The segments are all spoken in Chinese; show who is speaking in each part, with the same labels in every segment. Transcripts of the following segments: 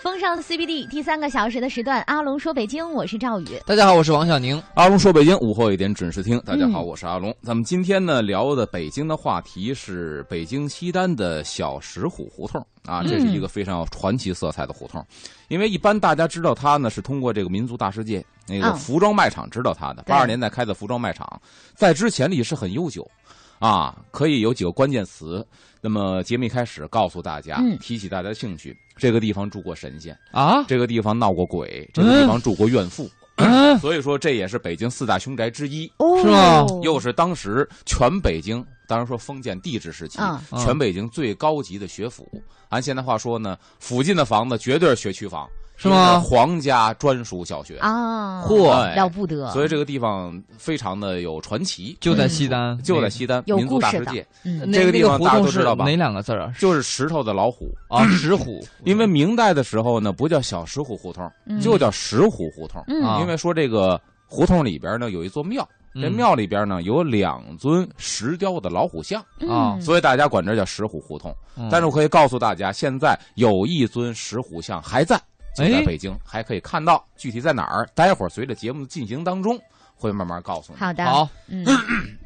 Speaker 1: 风尚 CBD 第三个小时的时段，阿龙说北京，我是赵宇。
Speaker 2: 大家好，我是王小宁。
Speaker 3: 阿龙说北京，午后一点准时听。大家好，
Speaker 1: 嗯
Speaker 3: 我是阿龙。咱们今天呢聊的北京的话题是北京西单的小石虎胡同啊，
Speaker 1: 嗯
Speaker 3: 这是一个非常有传奇色彩的胡同，因为一般大家知道它呢是通过这个民族大世界那个
Speaker 1: 嗯
Speaker 3: 服装卖场知道它的，
Speaker 1: 对
Speaker 3: 八十年代开的服装卖场，在之前历史很悠久。啊，可以有几个关键词。那么节目一开始告诉大家
Speaker 1: 嗯，
Speaker 3: 提起大家的兴趣，这个地方住过神仙，
Speaker 2: 啊，
Speaker 3: 这个地方闹过鬼，这个地方住过怨妇，
Speaker 2: 嗯，
Speaker 3: 所以说这也是北京四大凶宅之一，
Speaker 1: 哦
Speaker 2: 是吗
Speaker 3: 又是当时全北京，当然说封建帝制时期，
Speaker 1: 啊
Speaker 2: 啊
Speaker 3: 全北京最高级的学府。按现在话说呢，附近的房子绝对是学区房，
Speaker 2: 是吗
Speaker 3: 就是皇家专属小学。
Speaker 1: 啊，
Speaker 2: 嚯
Speaker 3: 哎
Speaker 1: 了不得。
Speaker 3: 所以这个地方非常的有传奇，
Speaker 2: 就在西单，
Speaker 3: 嗯就在西单
Speaker 1: 有
Speaker 3: 民族
Speaker 1: 故
Speaker 3: 大
Speaker 1: 事
Speaker 3: 世
Speaker 1: 的
Speaker 3: 界，，
Speaker 1: 嗯，
Speaker 2: 那
Speaker 3: 这个地方
Speaker 2: 那
Speaker 3: 大家
Speaker 2: 胡
Speaker 3: 都
Speaker 2: 同是
Speaker 3: 知道吧
Speaker 2: 哪两个字 儿啊？
Speaker 3: 就是石头的老虎。
Speaker 2: 啊，石虎，
Speaker 3: 因为明代的时候呢，不叫小石虎胡同，
Speaker 1: 嗯
Speaker 3: 就叫石虎胡同。
Speaker 1: 嗯
Speaker 2: 啊
Speaker 3: 因为说这个胡同里边呢有一座庙，这
Speaker 2: 嗯
Speaker 3: 庙里边呢有两尊石雕的老虎像，
Speaker 2: 啊
Speaker 1: 嗯
Speaker 3: 所以大家管这叫石虎胡同。
Speaker 2: 嗯
Speaker 3: 但是我可以告诉大家，现在有一尊石虎像还在，就在
Speaker 2: 哎
Speaker 3: 北京，还可以看到。具体在哪儿？待会儿随着节目进行当中会慢慢告诉你。
Speaker 1: 好的，
Speaker 2: 好，
Speaker 1: 嗯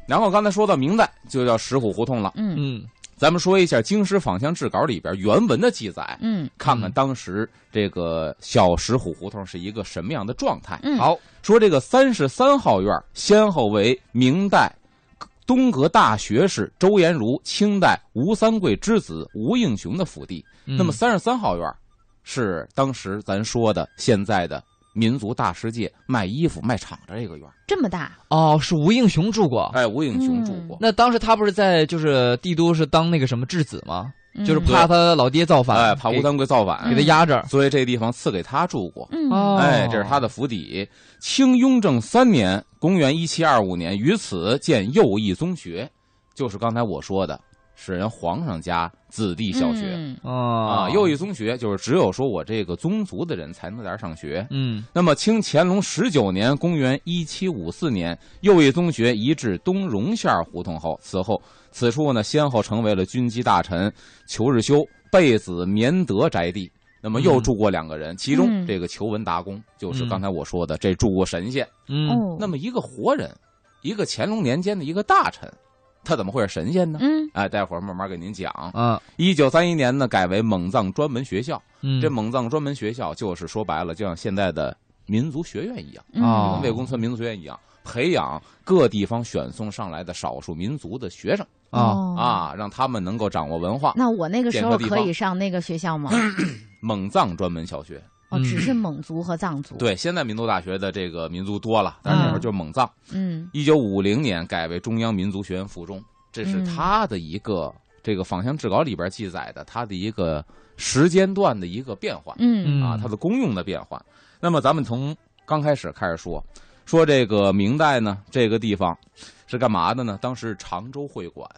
Speaker 3: 然后刚才说到明代就叫石虎胡同了，
Speaker 1: 嗯
Speaker 2: 嗯，
Speaker 3: 咱们说一下《京师访乡志稿》里边原文的记载，
Speaker 1: 嗯
Speaker 3: 看看当时这个小石虎胡同是一个什么样的状态。
Speaker 1: 嗯，
Speaker 2: 好，
Speaker 3: 说这个三十三号院儿先后为明代东阁大学士周延儒、清代吴三桂之子吴应熊的府地。那
Speaker 2: 那
Speaker 3: 么三十三号院儿是当时咱说的现在的民族大世界卖衣服卖厂的这个院儿。
Speaker 1: 这么大，
Speaker 2: 哦，是吴应熊住过。
Speaker 3: 哎，吴应熊住过。
Speaker 2: 嗯那当时他不是在就是帝都是当那个什么质子吗？
Speaker 1: 嗯
Speaker 2: 就是怕他老爹造反，
Speaker 3: 哎，怕
Speaker 2: 给
Speaker 3: 吴三桂造反
Speaker 2: 给，他压着。
Speaker 3: 所以这地方赐给他住过。
Speaker 1: 嗯
Speaker 2: 哦
Speaker 3: 哎，这是他的府邸。清雍正三年（公元一七二五年），于此建右翼宗学，就是刚才我说的，是人皇上家子弟小学、
Speaker 1: 嗯
Speaker 2: 啊
Speaker 3: 啊。右翼宗学就是只有说我这个宗族的人才能在这儿上学。
Speaker 2: 嗯
Speaker 3: 那么，清乾隆十九年（公元一七五四年），右翼宗学移至东荣县胡同后，此后此处呢，先后成为了军机大臣裘日修、贝子绵德宅地。那么又
Speaker 2: 嗯
Speaker 3: 住过两个人，其中
Speaker 1: 嗯
Speaker 3: 这个裘文达公就是
Speaker 2: 嗯
Speaker 3: 刚才我说的这住过神仙。
Speaker 2: 嗯
Speaker 1: 哦，
Speaker 3: 那么一个活人，一个乾隆年间的一个大臣，他怎么会是神仙呢？
Speaker 1: 嗯
Speaker 3: 哎，待会儿慢慢给您讲。
Speaker 2: 啊
Speaker 3: 一九三一年呢，改为蒙藏专门学校。
Speaker 2: 嗯，
Speaker 3: 这蒙藏专门学校就是说白了，就像现在的民族学院一样，
Speaker 1: 嗯
Speaker 2: 啊
Speaker 3: 跟魏公村民族学院一样，培养各地方选送上来的少数民族的学生
Speaker 1: 哦
Speaker 2: 啊，
Speaker 3: 啊，让他们能够掌握文化。
Speaker 1: 那我那个时候
Speaker 3: 点个地
Speaker 1: 可
Speaker 3: 方
Speaker 1: 以上那个学校吗？
Speaker 3: 蒙藏专门小学，
Speaker 1: 哦，
Speaker 2: 嗯
Speaker 1: 只是蒙族和藏族。，
Speaker 3: 对，现在民族大学的这个民族多了，但是那会儿就是蒙藏。
Speaker 1: 嗯
Speaker 3: 一九五零年改为中央民族学院附中，这是
Speaker 1: 嗯
Speaker 3: 他的一个、这个访乡志稿里边记载的他的一个时间段的一个变化。
Speaker 1: 嗯
Speaker 3: 啊，它的功用的变化。那么咱们从刚开始开始说，说这个明代呢，这个地方是干嘛的呢？当时常州会馆，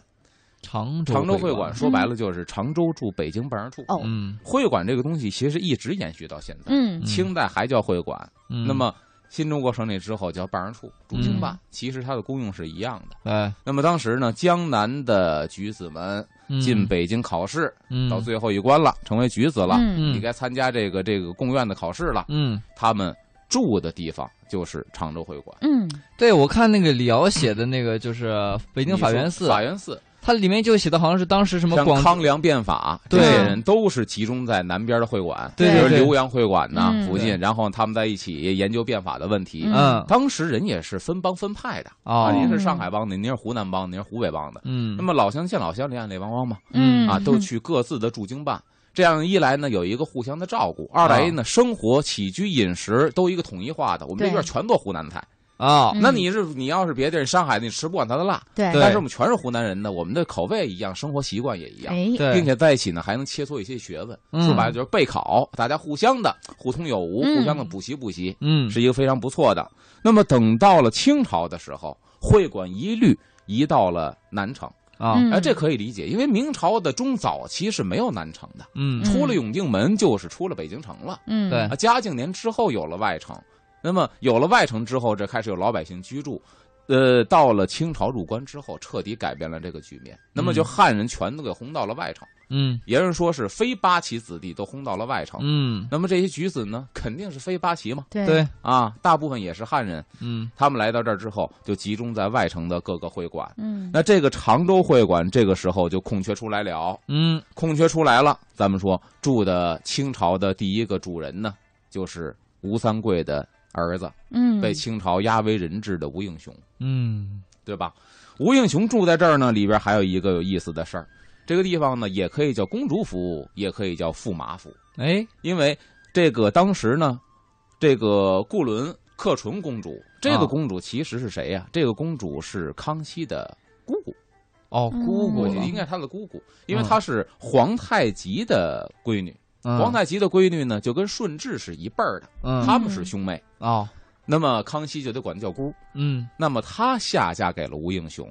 Speaker 2: 常州
Speaker 3: 常州会
Speaker 2: 馆
Speaker 3: 馆，说白了就是常州驻北京办事处。
Speaker 1: 哦
Speaker 2: 嗯
Speaker 3: 会馆这个东西其实一直延续到现在，
Speaker 1: 嗯
Speaker 3: 清代还叫会馆，
Speaker 2: 嗯，
Speaker 3: 那么。新中国成立之后叫办事处，驻京办，其实它的功用是一样的。
Speaker 2: 哎，
Speaker 3: 那么当时呢，江南的举子们
Speaker 2: 嗯
Speaker 3: 进北京考试，
Speaker 2: 嗯
Speaker 3: 到最后一关了，成为举子了，
Speaker 1: 嗯
Speaker 3: 你该参加这个这个贡院的考试了。
Speaker 2: 嗯，
Speaker 3: 他们住的地方就是常州会馆。
Speaker 1: 嗯
Speaker 2: 对我看那个李敖写的那个就是北京法源
Speaker 3: 你
Speaker 2: 寺
Speaker 3: 说，法源寺，
Speaker 2: 它里面就写的好像是当时什么
Speaker 3: 像
Speaker 2: 广
Speaker 3: 康梁变法这
Speaker 2: 对
Speaker 3: 些人都是集中在南边的会馆，
Speaker 2: 对
Speaker 1: 对
Speaker 3: 比
Speaker 2: 对
Speaker 3: 如浏阳会馆呐
Speaker 1: 嗯
Speaker 3: 附近，然后他们在一起研究变法的问题。
Speaker 2: 嗯
Speaker 3: 当时人也是分帮分派的
Speaker 2: 哦
Speaker 3: 啊，您是上海帮的，您是湖南帮的，您是湖北帮的。
Speaker 2: 嗯
Speaker 3: 那么老乡见老乡，邻爱来帮帮嘛，
Speaker 1: 嗯
Speaker 3: 啊， 都去各自的驻京办。这样一来呢，有一个互相的照顾；二来
Speaker 2: 嗯
Speaker 3: 呢，生活起居饮食都一个统一化的。我们这
Speaker 1: 对
Speaker 3: 院全做湖南菜，
Speaker 2: 啊
Speaker 1: 嗯哎
Speaker 3: 那你是你要是别地儿上海的，你吃不惯它的辣，
Speaker 1: 对
Speaker 2: 对
Speaker 3: 但是我们全是湖南人的，我们的口味一样，生活习惯也一样，
Speaker 1: 哎
Speaker 2: 对，
Speaker 3: 并且在一起呢还能切磋一些学问。
Speaker 2: 嗯
Speaker 3: 说白了就是备考，大家互相的互通有无，
Speaker 1: 嗯
Speaker 3: 互相的补习补习，
Speaker 2: 嗯
Speaker 3: 是一个非常不错的。那么等到了清朝的时候，会馆一律移到了南城，
Speaker 2: 啊
Speaker 1: 嗯
Speaker 3: 哎，这可以理解，因为明朝的中早期是没有南城的，
Speaker 2: 嗯
Speaker 1: 嗯
Speaker 3: 出了永定门就是出了北京城了。
Speaker 1: 嗯
Speaker 2: 对
Speaker 3: 啊，嘉靖年之后有了外城，那么有了外城之后，这开始有老百姓居住。呃，到了清朝入关之后，彻底改变了这个局面。那么就汉人全都给轰到了外城，
Speaker 2: 嗯
Speaker 3: 也有人说是非八旗子弟都轰到了外城。
Speaker 2: 嗯，
Speaker 3: 那么这些举子呢，肯定是非八旗嘛，
Speaker 1: 对
Speaker 2: 对，
Speaker 3: 啊，大部分也是汉人。
Speaker 2: 嗯
Speaker 3: 他们来到这儿之后，就集中在外城的各个会馆。
Speaker 1: 嗯，
Speaker 3: 那这个常州会馆这个时候就空缺出来了，
Speaker 2: 嗯
Speaker 3: 空缺出来了。咱们说住的清朝的第一个主人呢，就是吴三桂的儿子，
Speaker 1: 嗯，
Speaker 3: 被清朝压为人质的吴应熊，
Speaker 2: 嗯
Speaker 3: 对吧？吴应熊住在这儿呢，里边还有一个有意思的事儿，这个地方呢也可以叫公主府，也可以叫驸马府，
Speaker 2: 哎
Speaker 3: 因为这个当时呢，这个固伦克纯公主，这个
Speaker 2: 啊
Speaker 3: 公主其实是谁呀、这个公主是康熙的姑姑，
Speaker 2: 哦姑姑嗯
Speaker 3: 我
Speaker 2: 了
Speaker 3: 觉
Speaker 1: 嗯
Speaker 3: 得应该是她的姑姑，因为她是皇太极的闺女。
Speaker 2: 嗯
Speaker 3: 皇太极的闺女呢，就跟顺治是一辈儿的，
Speaker 2: 嗯
Speaker 3: 他们是兄妹。
Speaker 2: 哦
Speaker 3: 那么康熙就得管她叫姑。
Speaker 2: 嗯
Speaker 3: 那么她下嫁给了吴应熊。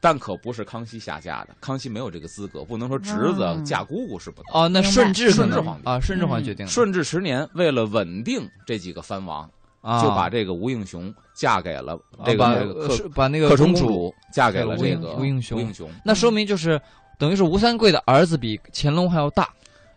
Speaker 3: 但可不是康熙下嫁的，康熙没有这个资格，不能说侄
Speaker 1: 嗯
Speaker 3: 子嫁姑姑是不对。
Speaker 2: 哦，那
Speaker 1: 明白
Speaker 2: 顺治可
Speaker 3: 顺
Speaker 2: 能
Speaker 3: 治皇帝嗯
Speaker 2: 啊，顺治皇帝决定了
Speaker 3: 顺治十年，为了稳定这几个藩王，
Speaker 2: 啊
Speaker 3: 就把这个吴应熊嫁给了
Speaker 2: 啊
Speaker 3: 这
Speaker 2: 把
Speaker 3: 个这个
Speaker 2: 呃
Speaker 3: 克
Speaker 2: 是把那
Speaker 3: 克
Speaker 2: 个
Speaker 3: 纯
Speaker 2: 公主，
Speaker 3: 公主嫁给了
Speaker 2: 给
Speaker 3: 这
Speaker 2: 了
Speaker 3: 个
Speaker 2: 吴应熊
Speaker 3: 吴应熊。
Speaker 2: 那说明就是等于是吴三桂的儿子比乾隆还要大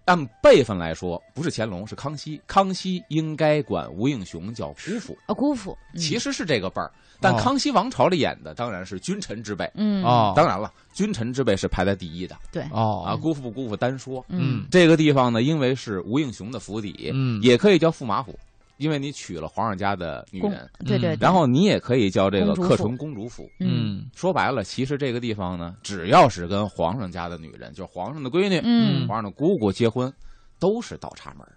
Speaker 3: 按辈分来说，不是乾隆，是康熙。康熙应该管吴应熊叫姑父，
Speaker 1: 啊姑父，嗯
Speaker 3: 其实是这个辈儿。但
Speaker 2: 哦
Speaker 3: 康熙王朝里演的当然是君臣之辈，
Speaker 1: 嗯
Speaker 2: 哦
Speaker 3: 当然了，君臣之辈是排在第一的
Speaker 2: 哦
Speaker 3: 啊。姑父不姑父单说，
Speaker 1: 嗯
Speaker 3: 这个地方呢，因为是吴应熊的府邸，
Speaker 2: 嗯
Speaker 3: 也可以叫驸马府，因为你娶了皇上家的女
Speaker 1: 公
Speaker 3: 人，
Speaker 1: 对对，对
Speaker 3: 嗯然后你也可以叫这个
Speaker 1: 公主府
Speaker 3: 克纯公主府。
Speaker 1: 嗯
Speaker 2: 嗯
Speaker 3: 说白了，其实这个地方呢，只要是跟皇上家的女人，就是皇上的闺女、
Speaker 1: 嗯
Speaker 3: 皇上的姑姑结婚，都是倒插门儿，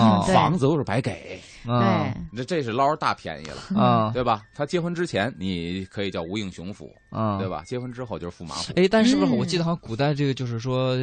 Speaker 2: 啊
Speaker 1: 哦对
Speaker 3: 房子又是白给，
Speaker 2: 啊
Speaker 1: 对嗯
Speaker 3: 这这是捞着大便宜了，
Speaker 2: 啊
Speaker 3: 对吧？他结婚之前你可以叫吴应熊府，
Speaker 2: 啊
Speaker 3: 对吧？结婚之后就是驸马府。
Speaker 2: 哎，但是不是
Speaker 1: 嗯
Speaker 2: 我记得好像古代这个就是说，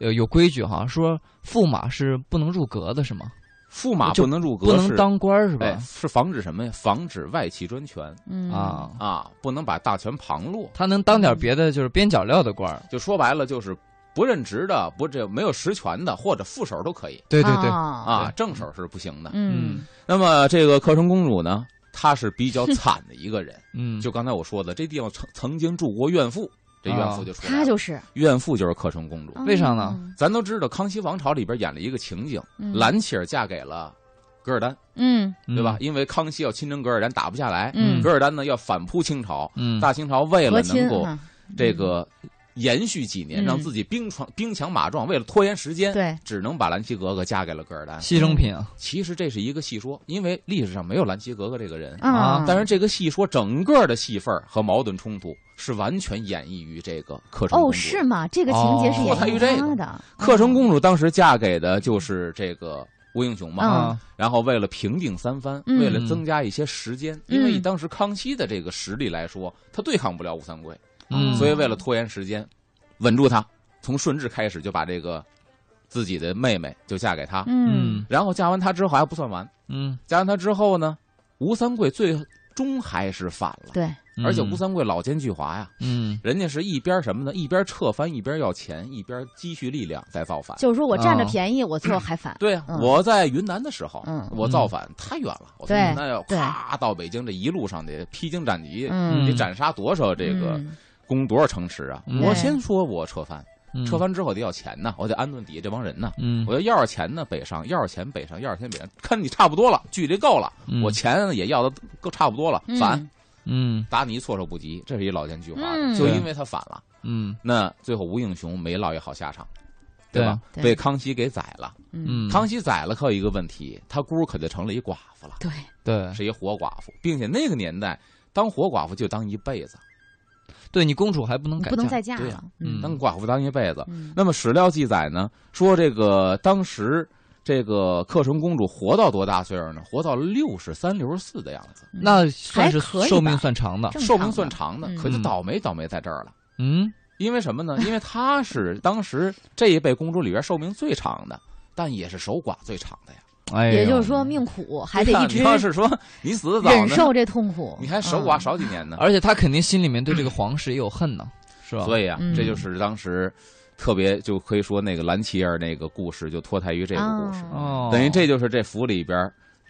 Speaker 2: 呃，有规矩哈，说驸马是不能入阁的，是吗？
Speaker 3: 驸马
Speaker 2: 就
Speaker 3: 不能入阁，
Speaker 2: 不能当官儿是
Speaker 3: 是
Speaker 2: 吧
Speaker 3: 哎，？是防止什么呀？防止外戚专权
Speaker 1: 嗯
Speaker 2: 啊，
Speaker 3: 啊，不能把大权旁落。
Speaker 2: 他能当点别的就是边角料的官儿。
Speaker 3: 就说白了，就是不任职的，不这没有实权的，或者副手都可以
Speaker 2: 对对对，
Speaker 1: 啊
Speaker 3: 啊，正手是不行的。
Speaker 1: 嗯
Speaker 3: 那么这个克成公主呢，她是比较惨的一个人。
Speaker 2: 嗯，
Speaker 3: 就刚才我说的，这地方曾曾经住过怨妇，这
Speaker 2: 啊
Speaker 3: 怨妇就出来
Speaker 1: 她
Speaker 3: 了。
Speaker 1: 就是哦
Speaker 3: 怨妇就是克成公主。
Speaker 2: 为啥呢？
Speaker 3: 咱都知道，康熙王朝里边演了一个情景，
Speaker 1: 嗯
Speaker 3: 兰切尔嫁给了噶尔丹，
Speaker 1: 嗯
Speaker 3: 对吧？？因为康熙要亲征噶尔丹，打不下来，
Speaker 1: 嗯
Speaker 3: 噶尔丹呢要反扑清朝，
Speaker 2: 嗯，
Speaker 3: 大清朝为了
Speaker 1: 和亲
Speaker 3: 能够
Speaker 1: 啊
Speaker 3: 嗯这个延续几年，
Speaker 1: 嗯
Speaker 3: 让自己兵强兵强马壮，为了拖延时间，
Speaker 1: 对
Speaker 3: 只能把兰西格格嫁给了噶尔丹。
Speaker 2: 牺牲品啊，
Speaker 3: 其实这是一个戏说，因为历史上没有兰西格格这个人，
Speaker 2: 啊
Speaker 3: 但是这个戏说整个的戏份儿和矛盾冲突是完全演绎于这个克成公主。
Speaker 1: 哦是吗？这个情节是
Speaker 2: 哦
Speaker 1: 演
Speaker 3: 他
Speaker 1: 绎
Speaker 3: 与这
Speaker 1: 她
Speaker 3: 个
Speaker 1: 的
Speaker 3: 克成公主当时嫁给的就是这个吴应熊嘛，
Speaker 1: 嗯
Speaker 2: 啊，
Speaker 3: 然后为了平定三藩，
Speaker 1: 嗯
Speaker 3: 为了增加一些时间，因为以
Speaker 1: 嗯
Speaker 3: 当时康熙的这个实力来说，他对抗不了吴三桂，
Speaker 2: 嗯，
Speaker 3: 所以为了拖延时间，稳住他，从顺治开始就把这个自己的妹妹就嫁给他，
Speaker 1: 嗯
Speaker 2: 嗯
Speaker 3: 然后嫁完他之后还不算完，
Speaker 2: 嗯，
Speaker 3: 嫁完他之后呢，吴三桂最终还是反了，
Speaker 1: 对
Speaker 2: 嗯
Speaker 3: 而且吴三桂老奸巨猾呀，
Speaker 2: 嗯
Speaker 3: 人家是一边什么呢？一边撤藩，一边要钱，一边积蓄力量再造反。
Speaker 1: 就是说我占着
Speaker 2: 啊
Speaker 1: 便宜我最后还反
Speaker 3: 对啊，
Speaker 1: 嗯
Speaker 3: 我在云南的时候，
Speaker 1: 嗯
Speaker 3: 我造反太远了，我从
Speaker 1: 对
Speaker 3: 云南要
Speaker 1: 对
Speaker 3: 咔到北京，这一路上得披荆斩棘，
Speaker 1: 嗯
Speaker 3: 得斩杀多少这个
Speaker 1: 嗯
Speaker 3: 攻多少城池啊！
Speaker 2: 嗯
Speaker 3: 我
Speaker 1: 对
Speaker 3: 先说我撤藩，
Speaker 2: 嗯
Speaker 3: 撤藩之后得要钱呐，我得安顿底下这帮人呐。
Speaker 2: 嗯
Speaker 3: 我要要是钱呢，北上；要是钱，北上；要是钱，北上。看你差不多了，距离够了，
Speaker 2: 嗯
Speaker 3: 我钱也要的够差不多了，反
Speaker 1: 嗯
Speaker 2: 嗯
Speaker 3: 打你措手不及，这是一老奸巨猾
Speaker 1: 嗯
Speaker 3: 的。就因为他反了，
Speaker 2: 嗯
Speaker 3: 那最后吴应熊没落一好下场，吧？
Speaker 1: 对
Speaker 3: 被康熙给宰了。
Speaker 1: 嗯
Speaker 2: 嗯，
Speaker 3: 康熙宰了可有一个问题，他姑可就成了一寡妇了，
Speaker 1: 对
Speaker 2: 对
Speaker 3: 是一活寡妇，并且那个年代当活寡妇就当一辈子，
Speaker 2: 对，你公主还不能改
Speaker 1: 不能
Speaker 2: 嫁
Speaker 1: 再嫁
Speaker 3: 对
Speaker 1: 了
Speaker 2: 嗯
Speaker 3: 当寡妇当一辈子。
Speaker 1: 嗯
Speaker 3: 那么史料记载呢，说这个当时这个克纯公主活到多大岁数呢？活到六十三、六十四的样子，
Speaker 2: 那算是
Speaker 1: 还可以吧
Speaker 2: 寿命算长的，
Speaker 1: 正
Speaker 3: 寿
Speaker 1: 常
Speaker 3: 命
Speaker 1: 的
Speaker 3: 算长的
Speaker 1: 嗯，
Speaker 3: 可就倒霉倒霉在这儿了。
Speaker 2: 嗯
Speaker 3: 因为什么呢？ 因为她是当时这一辈公主里边寿命最长的，但也是守寡最长的呀。
Speaker 2: 哎呦，
Speaker 1: 也就是说命苦还得
Speaker 3: 嗯对呀啊
Speaker 1: 一直
Speaker 3: 你要是说你死的早
Speaker 1: 忍
Speaker 3: 呢，
Speaker 1: 受这痛苦，
Speaker 3: 你还守寡少几年呢？
Speaker 2: 而且他肯定心里面对这个皇室也有恨呢，是吧？
Speaker 3: 所以啊，
Speaker 1: 嗯
Speaker 3: 这就是当时特别就可以说那个兰琪儿那个故事就脱胎于这个故事，
Speaker 1: 哦
Speaker 2: 哦，
Speaker 3: 等于这就是这府里边